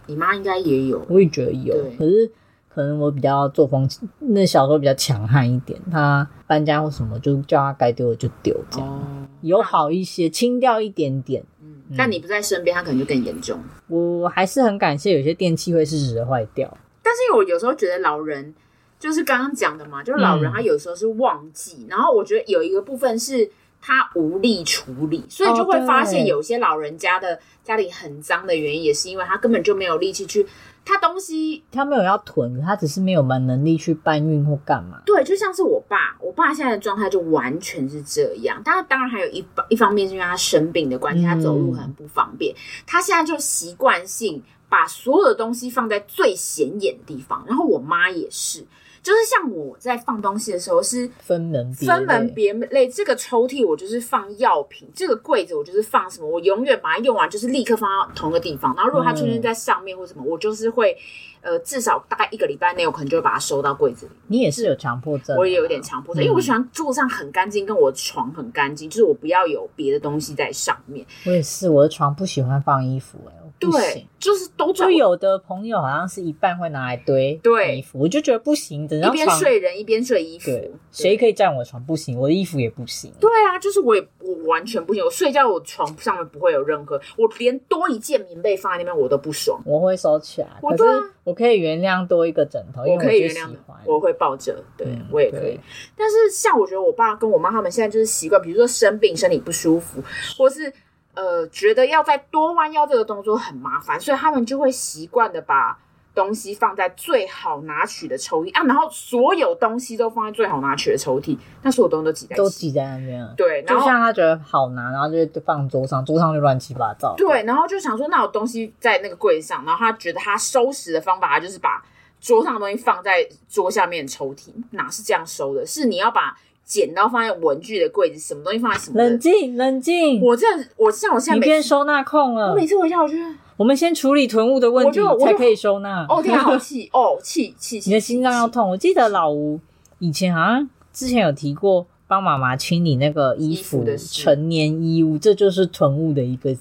B: 你妈应该也有，
A: 我也觉得有
B: 对，
A: 可是可能我比较作风，那小时候比较强悍一点，她搬家或什么就叫她该丢的就丢，这样、
B: 哦，
A: 有好一些，清掉一点点。
B: 嗯，但你不在身边，他可能就更严重。
A: 我还是很感谢有些电器会是时坏掉，
B: 但是我有时候觉得老人就是刚刚讲的嘛，就是老人
A: 嗯
B: 他有时候是忘记，然后我觉得有一个部分是他无力处理，所以就会发现
A: 哦对
B: 有些老人家的家里很脏的原因，也是因为他根本就没有力气去，他东西
A: 他没有要囤，他只是没有蛮能力去搬运或干嘛。
B: 对，就像是我爸，我爸现在的状态就完全是这样。当然，当然还有一方一方面是因为他生病的关系，他走
A: 嗯
B: 路很不方便。他现在就习惯性把所有的东西放在最显眼的地方，然后我妈也是，就是像我在放东西的时候是
A: 分门别类
B: 分门别类，这个抽屉我就是放药品，这个柜子我就是放什么，我永远把它用完就是立刻放到同一个地方。然后如果它出
A: 嗯
B: 现在上面或什么，我就是会呃至少大概一个礼拜内，我可能就会把它收到柜子里。
A: 你也是有强迫症，
B: 我也有点。强迫症，因为我
A: 嗯
B: 喜欢桌上很干净，跟我床很干净，就是我不要有别的东西在上面。
A: 我也是，我的床不喜欢放衣服、欸，我不
B: 对
A: 行。，
B: 就是都
A: 就
B: 转
A: 有的朋友好像是一半会拿来堆
B: 对
A: 衣服，我就觉得不行，整
B: 一
A: 张
B: 边
A: 床
B: 睡人一边睡衣服
A: 对，，谁
B: 对
A: 可以占我床不行，我的衣服也不行。
B: 对啊，就是我也我完全不行，我睡觉我床上面不会有任何，我连多一件棉被放在那边我都不爽，
A: 我会收起来，
B: 我
A: 可
B: 对啊
A: 是我可以原谅多一个枕头，因为
B: 我可以原
A: 就喜
B: 谅
A: 欢。，
B: 我会抱着，对、
A: 嗯
B: 我也可以。但是像我觉得我爸跟我妈他们现在就是习惯，比如说生病、身体不舒服，或是呃觉得要再多弯腰这个动作很麻烦，所以他们就会习惯的把东西放在最好拿取的抽屉啊，然后所有东西都放在最好拿取的抽屉，那所有东西都挤在
A: 都
B: 一起。
A: 挤在那边了。
B: 对，然
A: 就
B: 后
A: 像他觉得好拿，然后就会放桌上，桌上就乱七八糟。
B: 对，然后就想说，那我东西在那个柜子上，然后他觉得他收拾的方法，他就是把桌上的东西放在桌下面的抽屉，哪是这样收的？是你要把剪刀放在文具的柜子，什么东西放在什么的
A: 冷静，冷静，
B: 我这我像我现在
A: 你
B: 每
A: 变
B: 次
A: 收纳控
B: 我
A: 了
B: 每。次回家，我就觉得
A: 我们先处理囤物的问
B: 我
A: 题
B: 就我，就
A: 才可以收纳。
B: 哦天啊，好气哦气气气，
A: 你的心脏要
B: 气
A: 痛。我记得老吴以前好像之前有提过，帮妈妈清理那个衣
B: 衣
A: 服
B: 服的事
A: 成年衣物，这就是囤物的一个。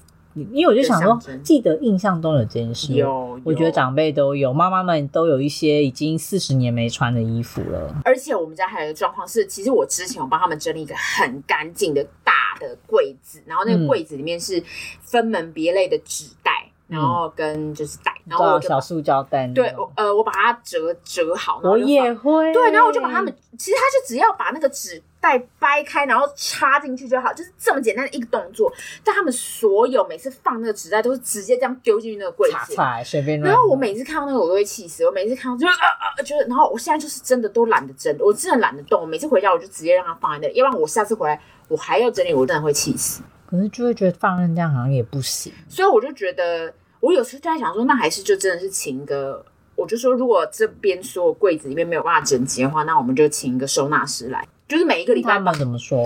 A: 因为我就想说
B: 一个象，征
A: 记得印象中有这件事。
B: 有，
A: 我觉得
B: 有。
A: 长辈都有，妈妈们都有一些已经四十年没穿的衣服了。
B: 而且我们家还有一个状况是，其实我之前我帮他们整理一个很干净的大的柜子，然后那个
A: 嗯
B: 柜子里面是分门别类的纸袋，然后跟就是袋，然后我
A: 对，啊
B: 就
A: 嗯小塑胶袋那
B: 对，
A: 种
B: 我呃，我把它折折好，然后
A: 我
B: 就
A: 也
B: 放
A: 会。
B: 对，然后我就把
A: 嗯
B: 它们，其实他就只要把那个纸袋掰开，然后插进去就好，就是这么简单的一个动作。但他们所有每次放那个纸袋都是直接这样丢进去那个柜
A: 擦
B: 子。
A: 擦，随便乱。
B: 然后我每次看到那个我都会气死，我每次看到就是啊啊，就是，然后我现在就是真的都懒得整，我真的懒得动，我每次回家我就直接让它放在那里，要不然我下次回来我还要整理，我真的会气死。
A: 可是就会觉得放任这样好像也不行。
B: 所以我就觉得，我有时候就在想说，那还是就真的是请一个，我就说，如果这边所有柜子里面没有办法整齐的话，那我们就请一个收纳师来，就是每一个礼
A: 他
B: 拜帮。
A: 们怎么说？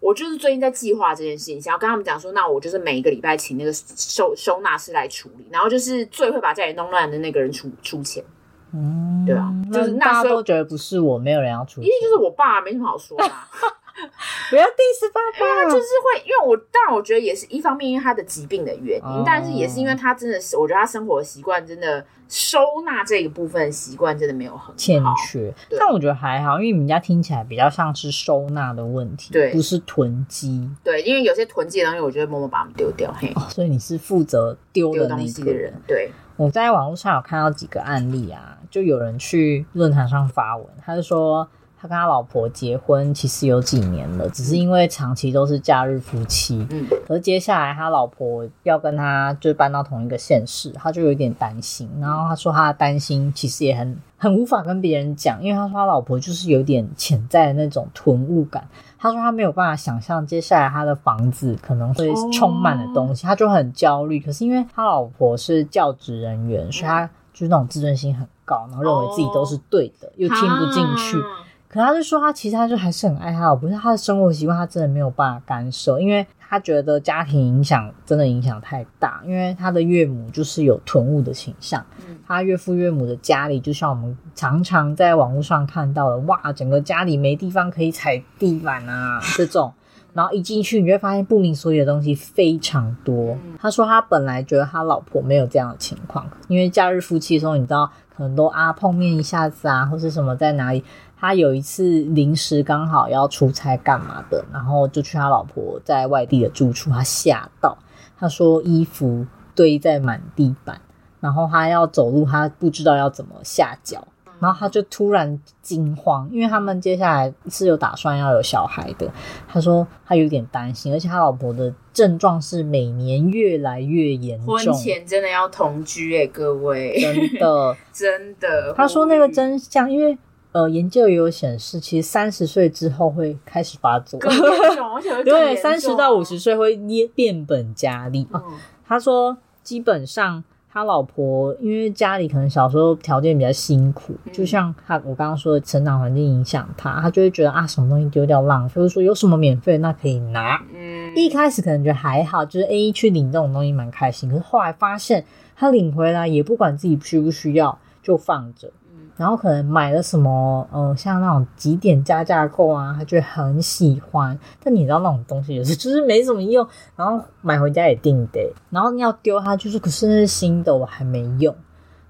B: 我就是最近在计划这件事情，想要跟他们讲说，那我就是每一个礼拜请那个收收纳师来处理，然后就是最会把家里弄乱的那个人出出钱，
A: 嗯，
B: 对啊就是那
A: 大家
B: 时候
A: 都觉得不是我，没有人要出
B: 因
A: 钱，
B: 为就是我爸没什么好说的、啊。
A: 不要 diss 爸爸，
B: 就是会，因为我当然我觉得也是一方面，因为他的疾病的原因，
A: 哦
B: 但是也是因为他真的是，我觉得他生活习惯真的收纳这个部分的习惯真的没有很
A: 欠
B: 好。
A: 缺
B: 对，
A: 但我觉得还好，因为你们家听起来比较像是收纳的问题，
B: 对
A: 不是囤积、
B: 对，因为有些囤积的东西，我就会默默把它们丢掉，嘿，
A: 哦所以你是负责丢
B: 丢
A: 的
B: 东
A: 那
B: 西
A: 个
B: 的人。，对，
A: 我在网络上有看到几个案例啊，就有人去论坛上发文，他就说他跟他老婆结婚其实有几年了，只是因为长期都是假日夫妻，
B: 嗯，
A: 可是接下来他老婆要跟他就是搬到同一个县市，他就有点担心。然后他说他的担心其实也很很无法跟别人讲，因为他说他老婆就是有点潜在的那种囤物感。他说他没有办法想象接下来他的房子可能会
B: 哦
A: 充满了东西，他就很焦虑。可是因为他老婆是教职人员，所以他就是那种自尊心很高，然后认为自己都是对的，又听不进去。
B: 啊
A: 可他就说他其实他就还是很爱他老婆，但他的生活习惯他真的没有办法干涉，因为他觉得家庭影响真的影响太大，因为他的岳母就是有囤物的倾向，
B: 嗯
A: 他岳父岳母的家里就像我们常常在网络上看到的，哇，整个家里没地方可以踩地板 啊这种。然后一进去，你就会发现不明所以的东西非常多
B: 嗯。
A: 他说他本来觉得他老婆没有这样的情况，因为假日夫妻的时候，你知道可能都啊碰面一下子啊，或是什么在哪里。他有一次临时刚好要出差干嘛的，然后就去他老婆在外地的住处，他吓到，他说衣服堆在满地板，然后他要走路，他不知道要怎么下脚，然后他就突然惊慌，因为他们接下来是有打算要有小孩的。他说他有点担心，而且他老婆的症状是每年越来越严重，
B: 婚前真的要同居哎、各位，
A: 真的。
B: 真的。
A: 他说那个
B: 呼吁
A: 真相，因为呃研究也有显示，其实三十岁之后会开始发作，
B: 更严重，而且会更 严
A: 对，
B: 重啊
A: 三十到五十，岁会捏变本加厉啊。
B: 嗯
A: 他说基本上他老婆因为家里可能小时候条件比较辛苦，
B: 嗯
A: 就像他我刚刚说的成长环境影响他，他就会觉得啊什么东西丢掉浪费，或者说有什么免费那可以拿。
B: 嗯，
A: 一开始可能觉得还好，就是 A E 一去领这种东西蛮开心，可是后来发现他领回来也不管自己需不需要，就放着。
B: 嗯
A: 然后可能买了什么，呃，像那种几点加价购啊，他就会很喜欢。但你知道那种东西有时就是 没什么用，然后买回家也定得，然后要丢它就是，可是那是新的我还没用，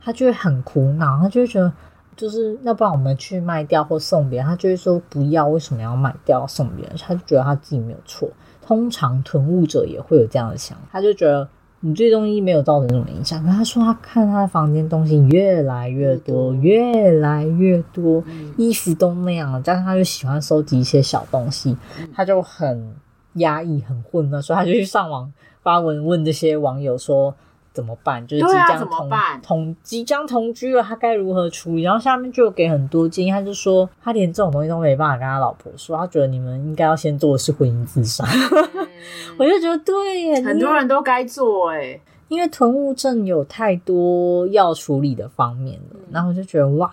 A: 他就会很苦恼，他就会觉得就是要不然我们去卖掉或送别人，他就会说不要，为什么要买掉送别人？他就觉得他自己没有错。通常囤物者也会有这样的想法，他就觉得你这东西没有造成什么影响。可他说他看他的房间东西越来越多，越来越多，
B: 嗯
A: 衣服都那样了，加上他就喜欢收集一些小东西，
B: 嗯
A: 他就很压抑、很混乱，所以他就去上网发文问这些网友说。怎么办？就是即
B: 对啊
A: 将
B: 怎么
A: 同、
B: 办
A: 同即将同居了，他该如何处理？然后下面就有给很多建议，他就说他连这种东西都没办法跟他老婆说，他觉得你们应该要先做的是婚姻自杀。
B: 嗯
A: 我就觉得对耶，
B: 很
A: 因
B: 多
A: 为
B: 人都该做哎、
A: 因为囤物症有太多要处理的方面了
B: 嗯，
A: 然后我就觉得哇，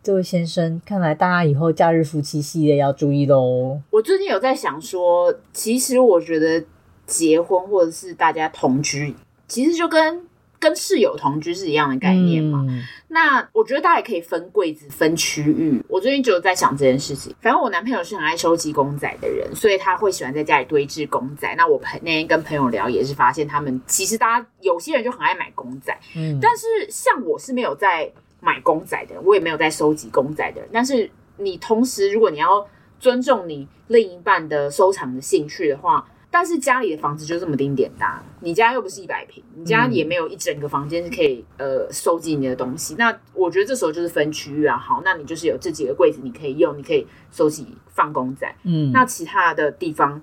A: 这位先生，看来大家以后假日夫妻系列要注意喽。
B: 我最近有在想说，其实我觉得结婚或者是大家同居，其实就跟跟室友同居是一样的概念嘛。
A: 嗯
B: 那我觉得大家也可以分柜子、分区域。我最近就有在想这件事情。反正我男朋友是很爱收集公仔的人，所以他会喜欢在家里堆置公仔。那我朋那天跟朋友聊，也是发现他们其实大家有些人就很爱买公仔，
A: 嗯，
B: 但是像我是没有在买公仔的人，我也没有在收集公仔的人。但是你同时，如果你要尊重你另一半的收藏的兴趣的话，但是家里的房子就这么丁点大，你家又不是一百平，你家也没有一整个房间是可以呃收集你的东西。那我觉得这时候就是分区域啊，好，那你就是有这几个柜子你可以用，你可以收集放公仔。
A: 嗯，
B: 那其他的地方，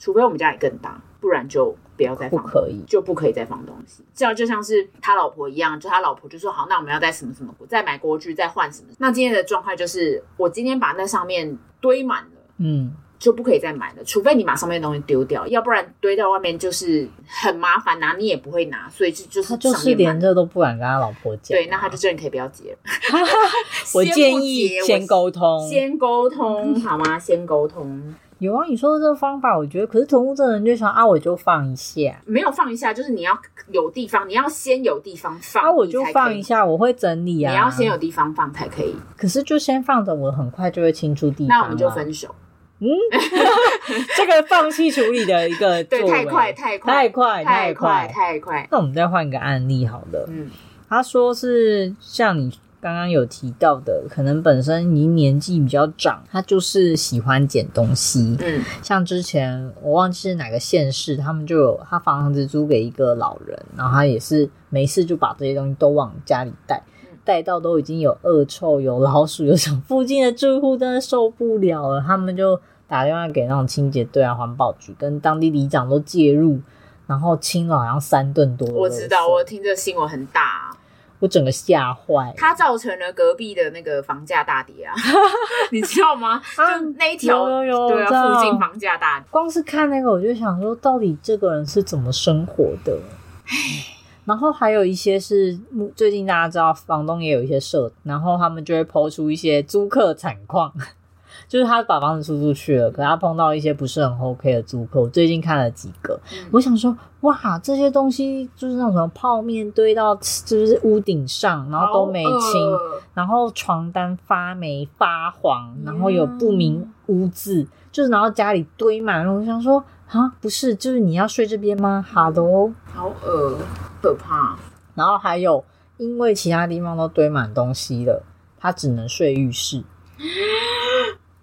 B: 除非我们家里更大，不然就不要再
A: 不
B: 放
A: 可以。
B: 就不可以再放东西。这样就像是他老婆一样，就他老婆就说好，那我们要再什么什么，再买锅具，再换什么。那今天的状态就是，我今天把那上面堆满了。
A: 嗯，
B: 就不可以再买了，除非你把上面的东西丢掉，要不然堆到外面就是很麻烦拿，你也不会拿，所以就就是
A: 他就
B: 上
A: 是
B: 面
A: 连啊
B: 满。
A: 这都不敢跟他老婆讲。
B: 对，那他就真的可以不要结了。
A: 我
B: 先不
A: 建议
B: 结我
A: 先沟通，
B: 先沟通好吗？先沟通。
A: 有啊，你说的这个方法，我觉得，可是囤物症的人就想啊，我就放一下，
B: 没有放一下，就是你要有地方，你要先有地方放，
A: 啊，我就放一
B: 下。
A: 下，我会整理啊。
B: 你要先有地方放才可以，
A: 可是就先放着，我很快就会清出地方啊。
B: 那我们就分手。
A: 这个放弃处理的一个
B: 对，
A: 作为
B: 太快，太
A: 太
B: 快，
A: 快，
B: 太
A: 快。
B: 太快。
A: 那我们再换个案例好了。
B: 嗯，
A: 他说是像你刚刚有提到的，可能本身您年纪比较长，他就是喜欢捡东西。
B: 嗯
A: 像之前我忘记是哪个县市，他们就有他房子租给一个老人，然后他也是没事就把这些东西都往家里带
B: 嗯，
A: 带到都已经有恶臭、有老鼠、有什么，附近的住户真的受不了了，他们就打电话给那种清洁队啊、环保局跟当地里长都介入，然后清了好像三吨多的垃圾。
B: 我知道，我听这新闻很大啊、
A: 我整个吓坏。
B: 它造成了隔壁的那个房价大跌啊， 你知道吗？
A: 啊
B: 就那一条，
A: 有有有
B: 对
A: 我知道
B: 啊，附近房价大跌。
A: 光是看那个，我就想说，到底这个人是怎么生活的？然后还有一些是目最近大家知道，房东也有一些社，然后他们就会抛出一些租客惨况， 就是他把房子租出去了，可他碰到一些不是很 OK 的租客。我最近看了几个，
B: 嗯
A: 我想说，哇，这些东西就是那种什么泡面堆到就是屋顶上，然后都没清，
B: 好饿
A: 然后床单发霉发黄，然后有不明
B: 嗯
A: 污渍，就是然后家里堆满了。我想说啊，不是，就是你要睡这边吗？Hello，
B: 好恶，可怕。
A: 然后还有因为其他地方都堆满东西了，他只能睡浴室。
B: 嗯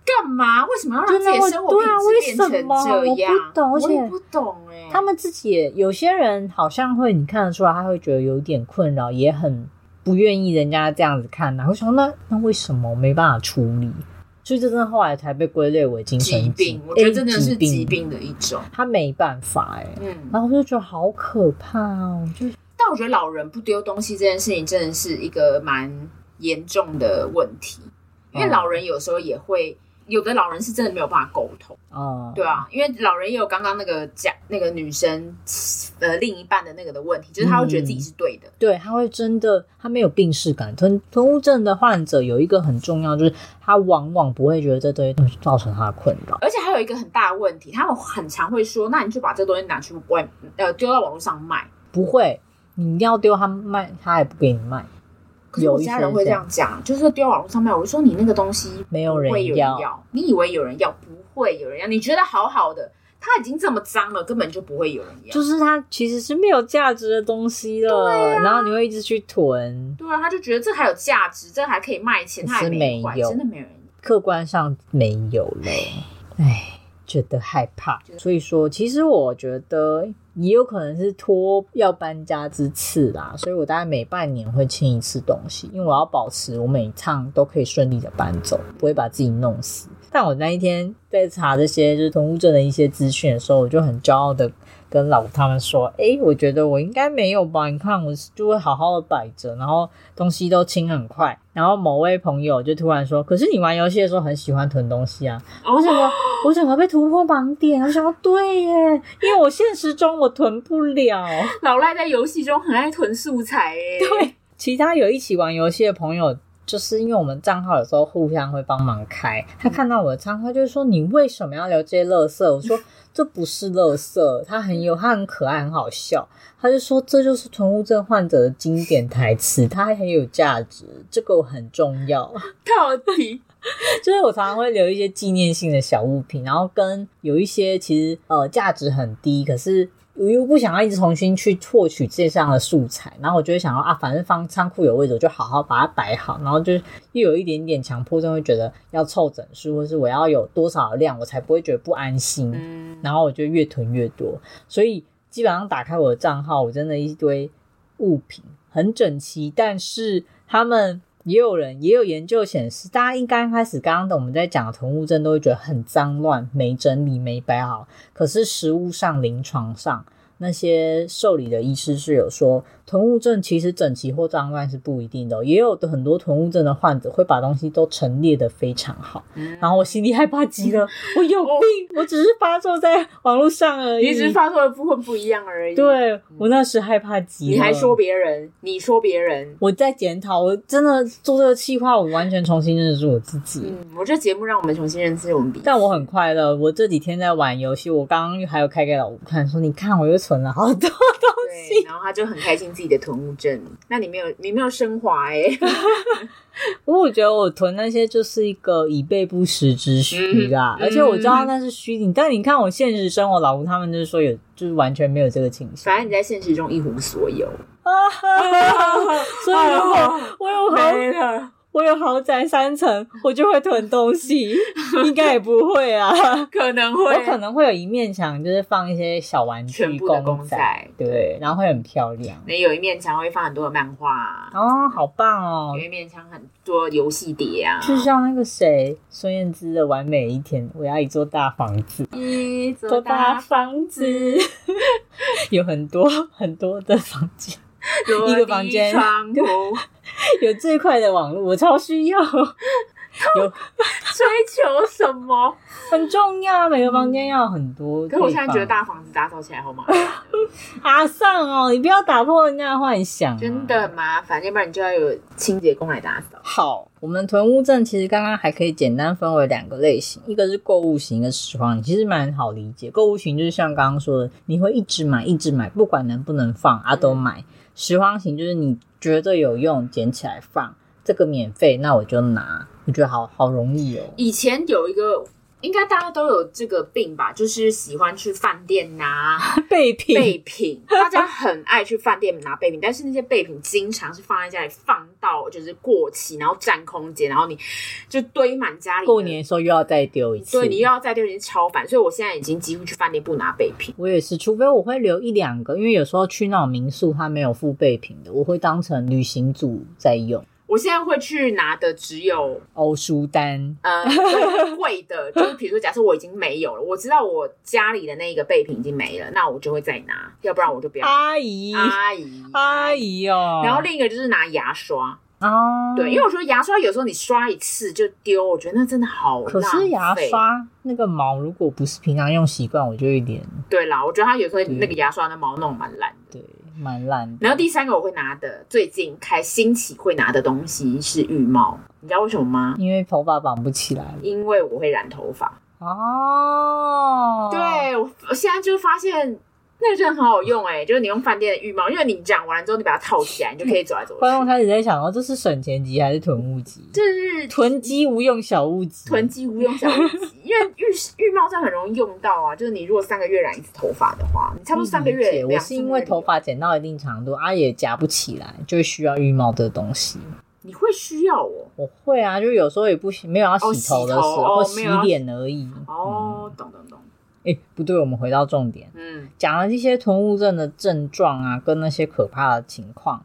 B: 干嘛？为什么要让自己
A: 真的
B: 的
A: 我
B: 生活品质变成
A: 对啊为什么
B: 这样？
A: 我不懂而且
B: 我也不懂哎、
A: 他们自己也有些人好像会，你看得出来，他会觉得有点困扰，也很不愿意人家这样子看他、我想那那为什么没办法处理？所以这真的后来才被归类为精神
B: 疾
A: 疾
B: 病，我觉得真的是
A: A 疾
B: 疾病的一种。
A: 他没办法哎、
B: 嗯，
A: 然后我就觉得好可怕哦，就
B: 但我觉得老人不丢东西这件事情真的是一个蛮严重的问题，因为
A: 嗯
B: 老人有时候也会，有的老人是真的没有办法沟通，
A: 哦，
B: 对啊，因为老人也有刚刚那个讲那个女生呃另一半的那个的问题，就是他会觉得自己是对的，
A: 对，他会真的他没有病视感。吞吞物症的患者有一个很重要，就是他往往不会觉得这堆东西造成他的困扰。
B: 而且还有一个很大的问题，他们很常会说，那你就把这东西拿去外呃丢到网络上卖，
A: 不会，你要丢他卖，他也不给你卖，
B: 可是我
A: 有一
B: 家
A: 些
B: 人
A: 是
B: 会
A: 这
B: 这
A: 样
B: 样讲，就是说丢网络上卖。我说你那个东西
A: 没有人
B: 不会有人
A: 要
B: 要，你以为有人要？不会有人要。你觉得好好的，它已经这么脏了，根本就不会有人要。
A: 就是他其实是没有价值的东西了，
B: 啊
A: 然后你会一直去囤。
B: 对啊，他就觉得这还有价值，这还可以卖钱，
A: 可
B: 他还
A: 是
B: 没坏，
A: 没有
B: 真的没有人要。
A: 客观上没有了，唉，觉得害怕。所以说，其实我觉得也有可能是拖要搬家之次啦，所以我大概每半年会清一次东西，因为我要保持我每一趟都可以顺利的搬走，不会把自己弄死。但我那一天在查这些就是同物症的一些资讯的时候，我就很骄傲的跟老吴他们说：“诶，我觉得我应该没有吧？你看我就会好好的摆着，然后东西都清很快。”然后某位朋友就突然说：“可是你玩游戏的时候很喜欢囤东西啊！”我想说，我整个被突破盲点。我想说，对耶，因为我现实中我囤不了。
B: 老赖在游戏中很爱囤素 材欸耶、
A: 对，其他有一起玩游戏的朋友，就是因为我们账号有时候互相会帮忙开，他看到我的账号就说：“你为什么要留这些垃圾？”我说：“这不是垃圾，它很有，它很可爱，很好笑。”他就说：“这就是囤物症患者的经典台词，它很有价值，这个很重要。”
B: 到底
A: 就是我常常会留一些纪念性的小物品，然后跟有一些其实呃价值很低，可是我又不想要一直重新去获取这项的素材，然后我就会想要啊，反正放仓库有位置，我就好好把它摆好，然后就是又有一点点强迫症，会觉得要凑整数，或是我要有多少的量，我才不会觉得不安心。
B: 嗯，
A: 然后我就越囤越多，所以基本上打开我的账号，我真的一堆物品很整齐，但是他们也有人也有研究显示，大家应该开始刚刚我们在讲的囤物症都会觉得很脏乱、没整理、没摆好，可是实物上、临床上。那些受理的医师是有说，囤物症其实整齐或脏乱是不一定的哦、也有的很多囤物症的患者会把东西都陈列的非常好，
B: 嗯
A: 然后我心里害怕极了，我有病，我只是发作在网络上而已。
B: 你只是发出的部分不一样而已。，
A: 对我那时害怕极了，
B: 你还说别人，你说别人。
A: 我在检讨，我真的做这个计划，我完全重新认识我自己。
B: 嗯，我这节目让我们重新认识我们彼此。
A: 但我很快乐，我这几天在玩游戏，我刚刚还有开给老吴看，说你看我又存了好多。
B: 对，然后他就很开心自己的囤物症。那你没有，你没有升华哎、
A: 不过我觉得我囤那些就是一个以备不时之需啦，
B: 嗯
A: 而且我知道那是虚拟，但你看我现实生活，老吴他们就是说有，就是完全没有这个倾向
B: 反。正你在现实中一无所有，
A: 所以如
B: 哎
A: 果我有豪，
B: 没了。
A: 我有豪宅三层，我就会囤 东西，应该也不会啊。
B: 可能
A: 我
B: 会，
A: 可能会有一面墙，就是放一些小玩
B: 全
A: 具、
B: 部的
A: 公
B: 公仔
A: 对，然后会很漂亮。
B: 你有一面墙会放很多的漫画、啊
A: 哦，好棒哦
B: 有！一面墙很多游戏碟啊。
A: 就像那个谁，孙燕姿的《完美一天》，我要一座大房子，
B: 一
A: 座
B: 座
A: 大
B: 大
A: 房子，有很多很多的房间，
B: 落
A: 一个房
B: 地
A: 间
B: 窗户
A: 有最快的网络，我超 需要，有
B: 追求什 么？
A: 很重要，每个房间要很多
B: 嗯可
A: 地
B: 是
A: 方。
B: 我现在觉得大房子打扫起来好麻烦，
A: 阿尚哦，你不要打破人家的幻想、啊
B: 真的。很麻烦，要不然你就要有清洁工来打扫。
A: 好，我们囤物症其实刚刚还可以简单分为两个类型，一个是购物型，一个是实况型，其实蛮好理解。购物型就是像刚刚说的，你会一直买，一直买，不管能不能
B: 嗯
A: 放啊都买。拾荒型就是你觉得有用，捡起来放，这个免费，那我就拿。我觉得好好容易哦。
B: 以前有一个，应该大家都有这个病吧，就是喜欢去饭店啊拿
A: 备 品
B: 备品，大家很爱去饭店拿备品，但是那些备品经常是放在家里，放到就是过期，然后占空间，然后你就堆满家里。
A: 过年，的时候又要再丢一次。
B: 对你又要再丢，已经超烦，所以我现在已经几乎去饭店不拿备品。
A: 我也是，除非我会留一两个，因为有时候去那种民宿，它没有附备品的，我会当成旅行组在用。
B: 我现在会去拿的只有
A: 欧舒丹，
B: 呃最贵的，就是比如说，假设我已经没有了，我知道我家里的那一个备品已经没了，那我就会再拿，要不然我就不要。
A: 阿姨，
B: 阿姨，
A: 阿。姨哦，
B: 然后另一个就是拿牙刷，
A: 哦，
B: 对，因为我觉得牙刷有时候你刷一次就丢，我觉得那真的好浪
A: 可是牙
B: 费
A: 刷那个毛，如果不是平常用习惯，我就有点
B: 对啦，我觉得它有时候
A: 对
B: 那个牙刷的毛弄得蛮烂的。
A: 对蛮烂的。
B: 然后第三个我会拿的，最近开新起会拿的东西是浴帽，你知道为什么吗？
A: 因为头发绑不起来了
B: 因为我会染头发。
A: 哦，，
B: 对，我我现在就发现那个真的很好用哎、就是你用饭店的浴帽，因为你染完了之后你把它套起来，你就可以走来 走去。
A: 观众开始在想哦，这是省钱级还是囤物级？
B: 就是
A: 囤积无用小物级，
B: 囤积无用小物集， 因为浴浴帽这样很容易用到啊。就是你如果三个月染一次头发的话，你差不多三个
A: 理解
B: 月。
A: 我是因为头，发剪到一定长度，啊也夹不起来，就会需要浴帽的东西。
B: 你会需要哦。
A: 我会啊，就有时候也不洗，没有要洗
B: 哦洗
A: 头的时候，
B: 头哦
A: 或
B: 没
A: 洗
B: 有要洗
A: 脸而已。嗯，
B: 哦，懂懂懂，
A: 哎、不对，我们回到重点。
B: 嗯，
A: 讲了这些囤物症的症状啊，跟那些可怕的情况，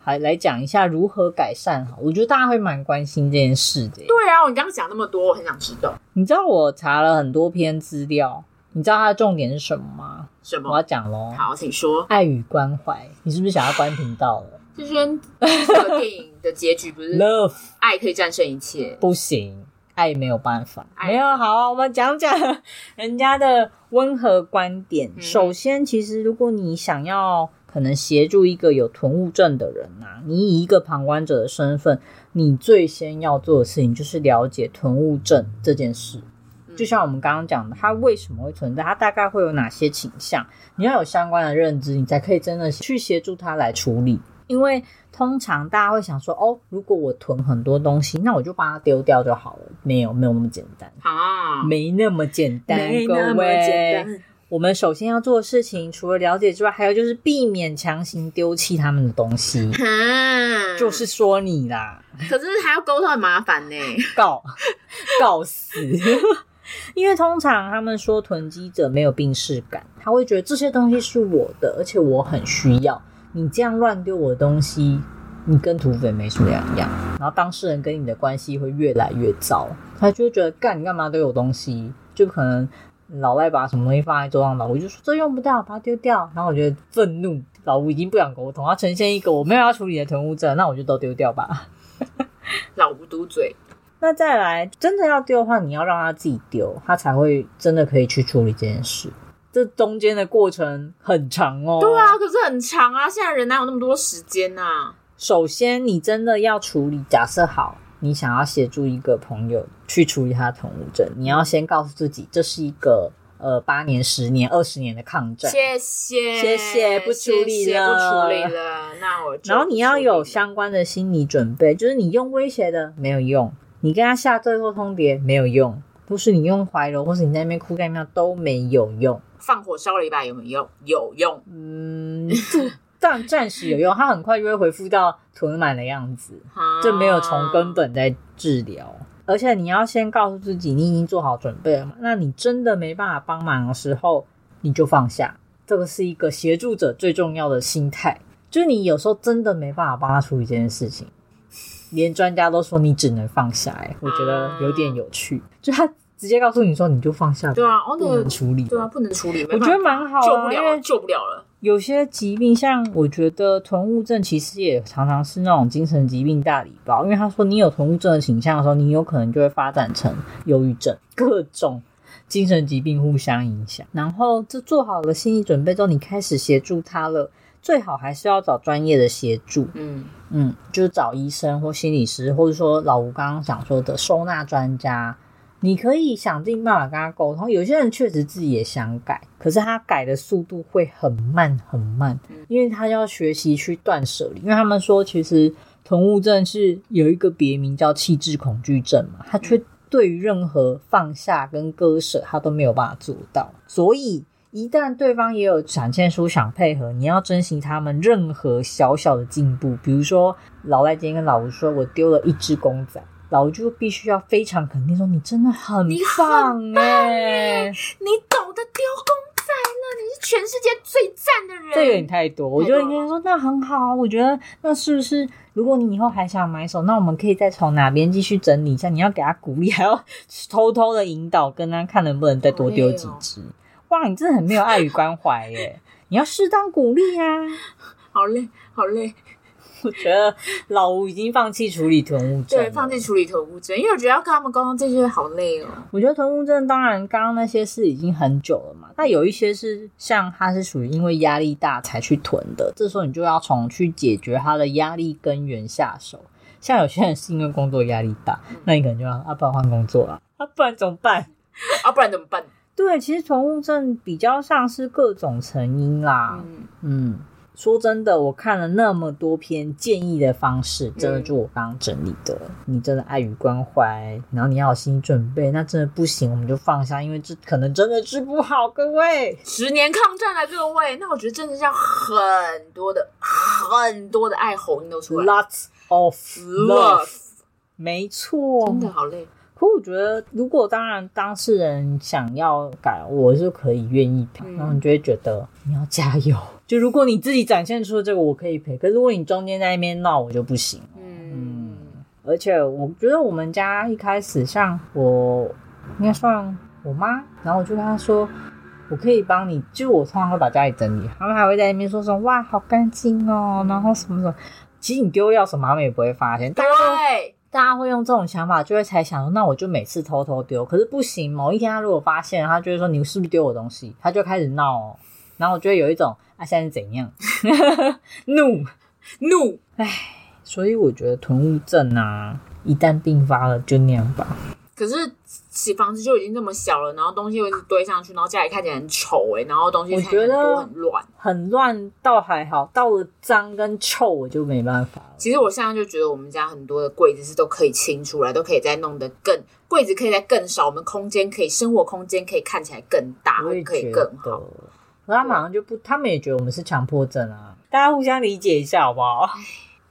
A: 还来讲一下如何改善好。我觉得大家会蛮关心这件事的耶。
B: 对啊，你刚刚讲那么多，我很想知道
A: 你知道我查了很多篇资料，你知道它的重点是什么吗？
B: 什
A: 我要
B: 么。
A: 讲喽。
B: 好，请说。
A: 爱与关怀，你是不是想要关频道了
B: 这跟这个电影的结局不 是
A: ？Love
B: 爱可以战胜一切，
A: 不行，爱没有办法。
B: 爱
A: 没有好啊，我们讲讲人家的温和观点。
B: 嗯
A: 首先，其实如果你想要可能协助一个有囤物症的人啊，你以一个旁观者的身份，你最先要做的事情就是了解囤物症这件事。
B: 嗯
A: 就像我们刚刚讲的，它为什么会存在，它大概会有哪些倾向，你要有相关的认知，你才可以真的去协助他来处理。因为通常大家会想说，哦，如果我囤很多东西，那我就把它丢掉就好了。没有，没有那么简单，
B: 啊，
A: 没那么简单，
B: 没
A: 各
B: 那么
A: 位
B: 简单。
A: 我们首先要做的事情，除了了解之外，还有就是避免强行丢弃他们的东
B: 嗯
A: 西。
B: 啊，
A: 就是，说你啦，
B: 可是还要沟通很麻烦 呢。
A: 告告死。 因为通常他们说囤积者没有病视感，他会觉得这些东西是我的，而且我很需要。你这样乱丢我的东西，你跟土匪没什么两样。然后当事人跟你的关系会越来越糟，他就会觉得干你干嘛丢我东西？就可能老赖把什么东西放在桌上吧，我就说这用不到，把它丢掉。然后我觉得愤怒，老吴已经不想沟通，他呈现一个我没有要处理的囤物症，那我就都丢掉吧。
B: 老不嘟嘴，
A: 那再来，真的要丢的话，你要让他自己丢，他才会真的可以去处理这件事。这中间的过程很长哦。
B: 对啊，可是很长啊，现在人哪有那么多时间啊呐、
A: 首先，你真的要处理，假设好，你想要协助一个朋友去处理他的同物症，你要先告诉自己，这是一个呃八年、十年、二十年的抗战。
B: 谢谢，
A: 谢谢不处理
B: 谢谢不
A: 了
B: 处理了，那我就
A: 然后你要
B: 不
A: 有
B: 处理
A: 相关的心理准备，就是你用威胁的没有用，你跟他下最后通牒没有用，或是你用怀柔，或是你在那边哭干尿都没有用。
B: 放火烧了一把有没有用？有用，
A: 嗯，这但暂时有用，他很快就会恢复到囤满的样子。
B: 啊
A: 这没有从根。本在治疗。而且你要先告诉自己，你已经做好准备了嘛。那你真的没办法帮忙的时候，你就放下。这个是一个协助者最重要的心态，就是你有时候真的没办法帮他处理这件事情，连专家都说你只能放下、欸。我觉得有点有趣，就他直接告诉你说你就放下，
B: 对啊，哦，
A: 不能
B: 对，
A: 处理。
B: 对啊，不能处理，没
A: 我
B: 办法
A: 觉得蛮好
B: 救不
A: 啊，因
B: 了，
A: 为
B: 救不了了。
A: 有些疾病，像我觉得囤物症其实也常常是那种精神疾病大礼包，因为他说你有囤物症的倾向的时候，你有可能就会发展成忧郁症，各种精神疾病互相影响。然后这做好了心理准备之后，你开始协助他了，最好还是要找专业的协助，
B: 嗯，
A: 嗯，就是找医生或心理师，或者说老吴刚刚想说的收纳专家，你可以想尽办法跟他沟通。有些人确实自己也想改，可是他改的速度会很慢很慢
B: 嗯，
A: 因为他要学习去断舍离。因为他们说，其实囤物症是有一个别名叫气质恐惧症嘛，他却对于任何放下跟割舍，他都没有办法做到，所以。一旦对方也有展现出想配合，你要珍惜他们任何小小的进步。比如说，老赖今天跟老吴说：“我丢了一只公仔。”老吴就必须要非常肯定说：“你真的很
B: 你很
A: 棒哎、
B: 你懂得丢公仔了，你是全世界最赞的人。
A: 这有点太多，我
B: 太
A: 觉得
B: 多
A: 应该说那很好啊。我觉得那是不是，如果你以后还想买手，那我们可以再从哪边继续整理一下？你要给他鼓励，还要偷偷的引导，跟他看能不能再多丢几只。哇，你真的很没有爱与关怀耶！你要适当鼓励啊。
B: 好累，好累。
A: 我觉得老吴已经放弃处理囤物症了，
B: 对，放弃处理头部症，因为我觉得要跟他们沟通这些好累哦。
A: 我觉得囤物症当然刚刚那些是已经很久了嘛，那有一些是像它是属于因为压力大才去囤的，这时候你就要从去解决它的压力根源下手。像有些人是因为工作压力大，那你可能就要啊，不然换工作啊，啊，不然怎么办？
B: 啊，不然怎么办？
A: 对，其实囤物症比较像是各种成因啦。
B: 嗯，
A: 嗯，说真的，我看了那么多篇建议的方式，真的就我刚刚整理的，你真的爱与关怀，然后你要有心理准备，那真的不行，我们就放下，因为这可能真的治不好，各位。
B: 十年抗战来各位，那我觉得真的是要很多的、很多的爱吼音都出来。
A: Lots of love，
B: Love，
A: 没错，
B: 呃真的好累。
A: 可我觉得，如果当然当事人想要改，我是可以愿意陪，
B: 嗯
A: 然后你就会觉得你要加油。就如果你自己展现出了这个，我可以陪；可是如果你中间在那边闹，我就不行。
B: 嗯，
A: 而且我觉得我们家一开始像我，应该算我妈，然后我就跟她说，我可以帮你，就我通常会把家里整理，他们还会在那边说什么哇好干净哦，然后什么什么，其实你丢掉什么他们也不会发现，大家都
B: 对，啊
A: 大家会用这种想法，就会才想说，那我就每次偷偷丢。可是不行，某一天他如果发现，他就会说你是不是丢我东西，他就开始闹、哦。然后我就会有一种啊，现在是怎样 怒。
B: 怒。
A: 所以我觉得囤物症啊，一旦病发了就那样吧。
B: 可是起房子就已经这么小了，然后东西又一直堆上去，然后家里看起来很丑哎、然后东西
A: 我
B: 看起来
A: 觉
B: 很
A: 得
B: 多很乱。
A: 很乱倒还好，到了脏跟臭我就没办法了。
B: 其实我现在就觉得我们家很多的柜子是都可以清出来，都可以再弄得更柜子可以再更少，我们空间可以生活空间可以看起来更大，
A: 我也
B: 可以
A: 觉
B: 更
A: 得，
B: 好。
A: 可他马上就不，他们也觉得我们是强迫症啊，大家互相理解一下好不好？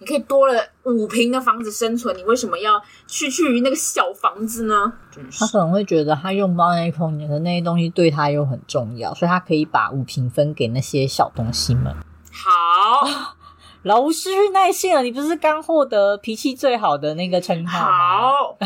B: 你可以多了五平的房子生存，你为什么要屈屈于那个小房子 呢？真是
A: 他可能会觉得他用不到那些空间，可那些东西对他又很重要，所以他可以把五评分给那些小东西们。
B: 好
A: 老吴失去耐性了，你不是刚获得脾气最好的那个称号吗？
B: 好，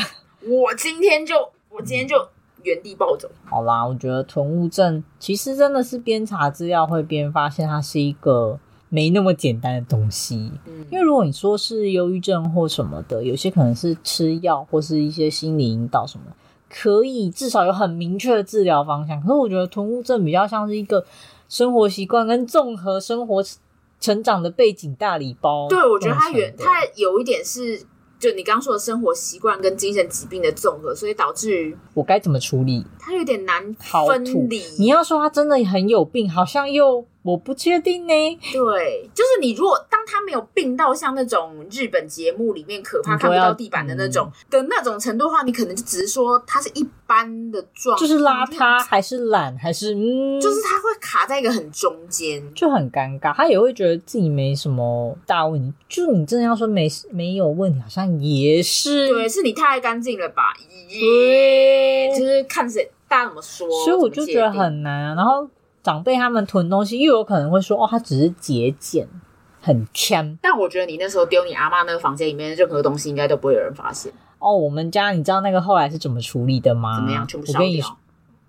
B: 我今天就我今天就原地暴走。
A: 好啦，我觉得囤物症其实真的是边查资料会边发现它是一个没那么简单的东西。
B: 嗯
A: 因为如果你说是忧郁症或什么的，有些可能是吃药或是一些心理引导什么，可以至少有很明确的治疗方向。可是我觉得囤物症比较像是一个生活习惯跟综合生活成长的背景大礼包弄
B: 对，
A: 成的。
B: 我觉得它原它有一点是，就你刚说的生活习惯跟精神疾病的综合，所以导致于
A: 我该怎么处理？
B: 它有点难
A: 好
B: 分
A: 土
B: 离。
A: 你要说他真的很有病，好像又我不确定呢。
B: 对，就是你如果当他没有病到像那种日本节目里面可怕
A: 你
B: 看不
A: 都要嗯
B: 到地板的那种、的那种程度的话，你可能就只是说它是一般的状况，
A: 就是邋遢还是懒还是嗯，
B: 就是它会卡在一个很中间。
A: 就很尴尬。他也会觉得自己没什么大问题，就你真的要说没没有问题，好像也是。
B: 对，是你太干净了吧？耶，
A: 对
B: 就是看谁大家怎么说，
A: 所以我就
B: 怎么界
A: 觉得
B: 定
A: 很难啊。然后长辈他们囤东西，又有可能会说哦，他只是节俭，很谦。
B: 但我觉得你那时候丢你阿妈那个房间里面的任何东西，应该都不会有人发现。
A: 哦，我们家你知道那个后来是怎么处理的吗？
B: 怎么样？全部
A: 啊我
B: 烧
A: 跟你
B: 掉？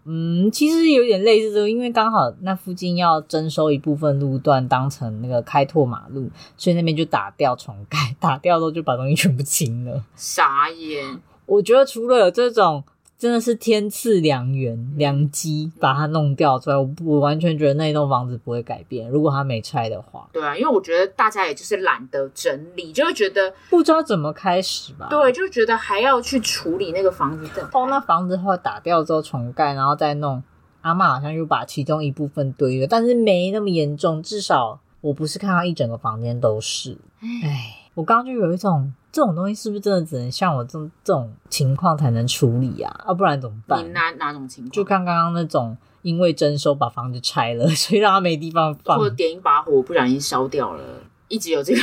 A: 嗯，其实有点类似这个，因为刚好那附近要征收一部分路段当成那个开拓马路，所以那边就打掉重盖， 打掉之后就把东西全部清了。
B: 傻眼！
A: 我觉得除了有这种真的是天赐良缘良机把它弄掉之外，我不我完全觉得那一栋房子不会改变，如果它没拆的话，
B: 对啊，因为我觉得大家也就是懒得整理，就会觉得
A: 不知道怎么开始吧。。
B: 对，就觉得还要去处理那个房子的。
A: 哦，那房子后来打掉之后重盖，然后再弄。阿嬷好像又把其中一部分堆了，但是没那么严重，至少我不是看到一整个房间都是。唉，我刚刚就有一种这种东西是不是真的只能像我这种这种情况才能处理啊？啊，不然怎么办
B: 你？哪哪种情况？
A: 就看刚刚那种因为征收把房子拆了， 所以让他没地方放
B: 或。者点一把火，不小心烧掉了。一直有 这个，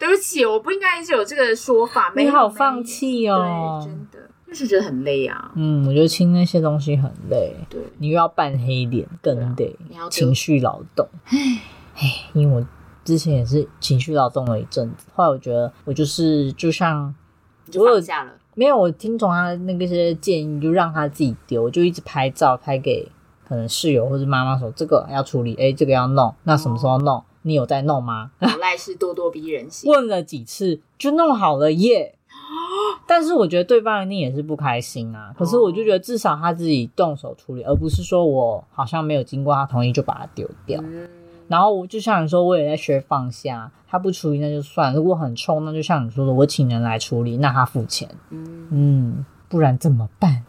B: 对不起，我不应该一直有这个说法。没
A: 你
B: 有
A: 好放，弃
B: 没有
A: 哦
B: 对，！真的，就是觉得很累啊。
A: 嗯，我觉得清那些东西很累，
B: 对，
A: 你又要扮黑脸，更累。
B: 你要丢
A: 情绪劳动。唉，因为我之前也是情绪劳动了一阵子，后来我觉得我就是就像
B: 你就
A: 我有
B: 放下 了。
A: 没有我听从他那个些建议，就让他自己丢，我就一直拍照拍给可能室友或者妈妈说这个要处理，哎，这个要弄，那什么时候弄？你有在弄吗？
B: 老赖是咄咄逼人型，
A: 问了几次就弄好了耶。但是我觉得对方一定也是不开心啊。可是我就觉得至少他自己动手处理，而不是说我好像没有经过他同意就把它丢掉。
B: 嗯，
A: 然后我就像你说，我也在学放下，他不处理那就算，如果很冲，那就像你说的，我请人来处理，那他付钱，
B: 嗯
A: 嗯，不然怎么办？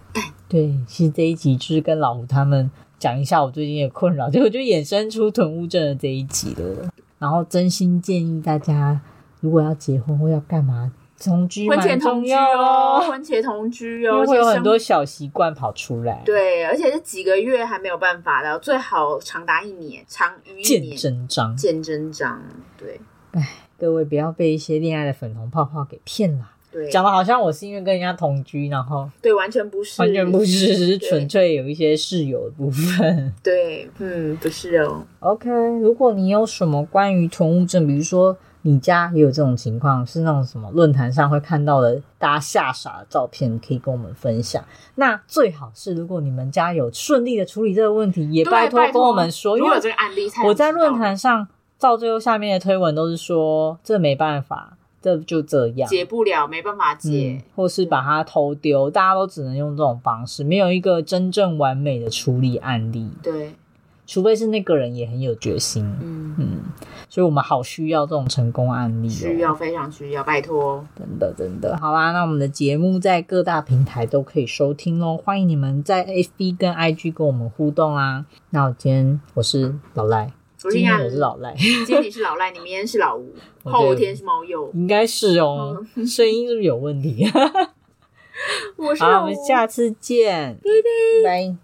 A: 对，其实这一集就是跟老胡他们讲一下我最近的困扰，结果就衍生出囤物症的这一集了。然后真心建议大家，如果要结婚或要干嘛，同居
B: 婚前
A: 蛮
B: 同
A: 重
B: 居
A: 要
B: 哦，
A: 哦，
B: 婚前同居
A: 因
B: 哦，
A: 为会有很
B: 而
A: 多
B: 且生
A: 小习惯跑出来，，
B: 对，而且是几个月还没有办法的，最好长达一年，长于一
A: 见
B: 年
A: 真章。
B: 见真章，对
A: 各位不要被一些恋爱的粉红泡泡给骗啦。
B: 对，
A: 讲的好像我是因为跟人家同居，然后
B: 对完全不是，
A: 完全不是，只是
B: 对
A: 纯粹有一些室友的部分。
B: 对，嗯，不是哦，
A: OK，如果你有什么关于囤物症，比如说你家也有这种情况，是那种什么论坛上会看到的大家吓傻的照片，可以跟我们分享。那最好是如果你们家有顺利的处理这个问题，也
B: 对啊
A: 拜托
B: 拜
A: 跟我们说，
B: 如
A: 因
B: 果
A: 为
B: 有这个案例，太
A: 我
B: 想知
A: 在
B: 道
A: 论坛上到最后下面的推文都是说这没办法，这就这样，
B: 解不了，没办法
A: 嗯
B: 解，，
A: 或是把它偷丢，大家都只能用这种方式，没有一个真正完美的处理案例，
B: 对，
A: 除非是那个人也很有决心。
B: 嗯，
A: 嗯，所以我们好需要这种成功案例、哦，
B: 需要非常需要，拜托，哦
A: 真的真的。好啦，那我们的节目在各大平台都可以收听喽，欢迎你们在 FB 跟 IG 跟我们互动啊。那我今天我是老赖，
B: 我是
A: 今
B: 一
A: 天
B: 样
A: 我是老赖，
B: 今天你是老赖，你明天是老吴，
A: 我
B: 后
A: 对
B: 天是猫鼬，
A: 应该是哦，声音 是不是有问题？
B: 我是
A: 好，
B: 老
A: 我们
B: 吴
A: 下次见，拜拜。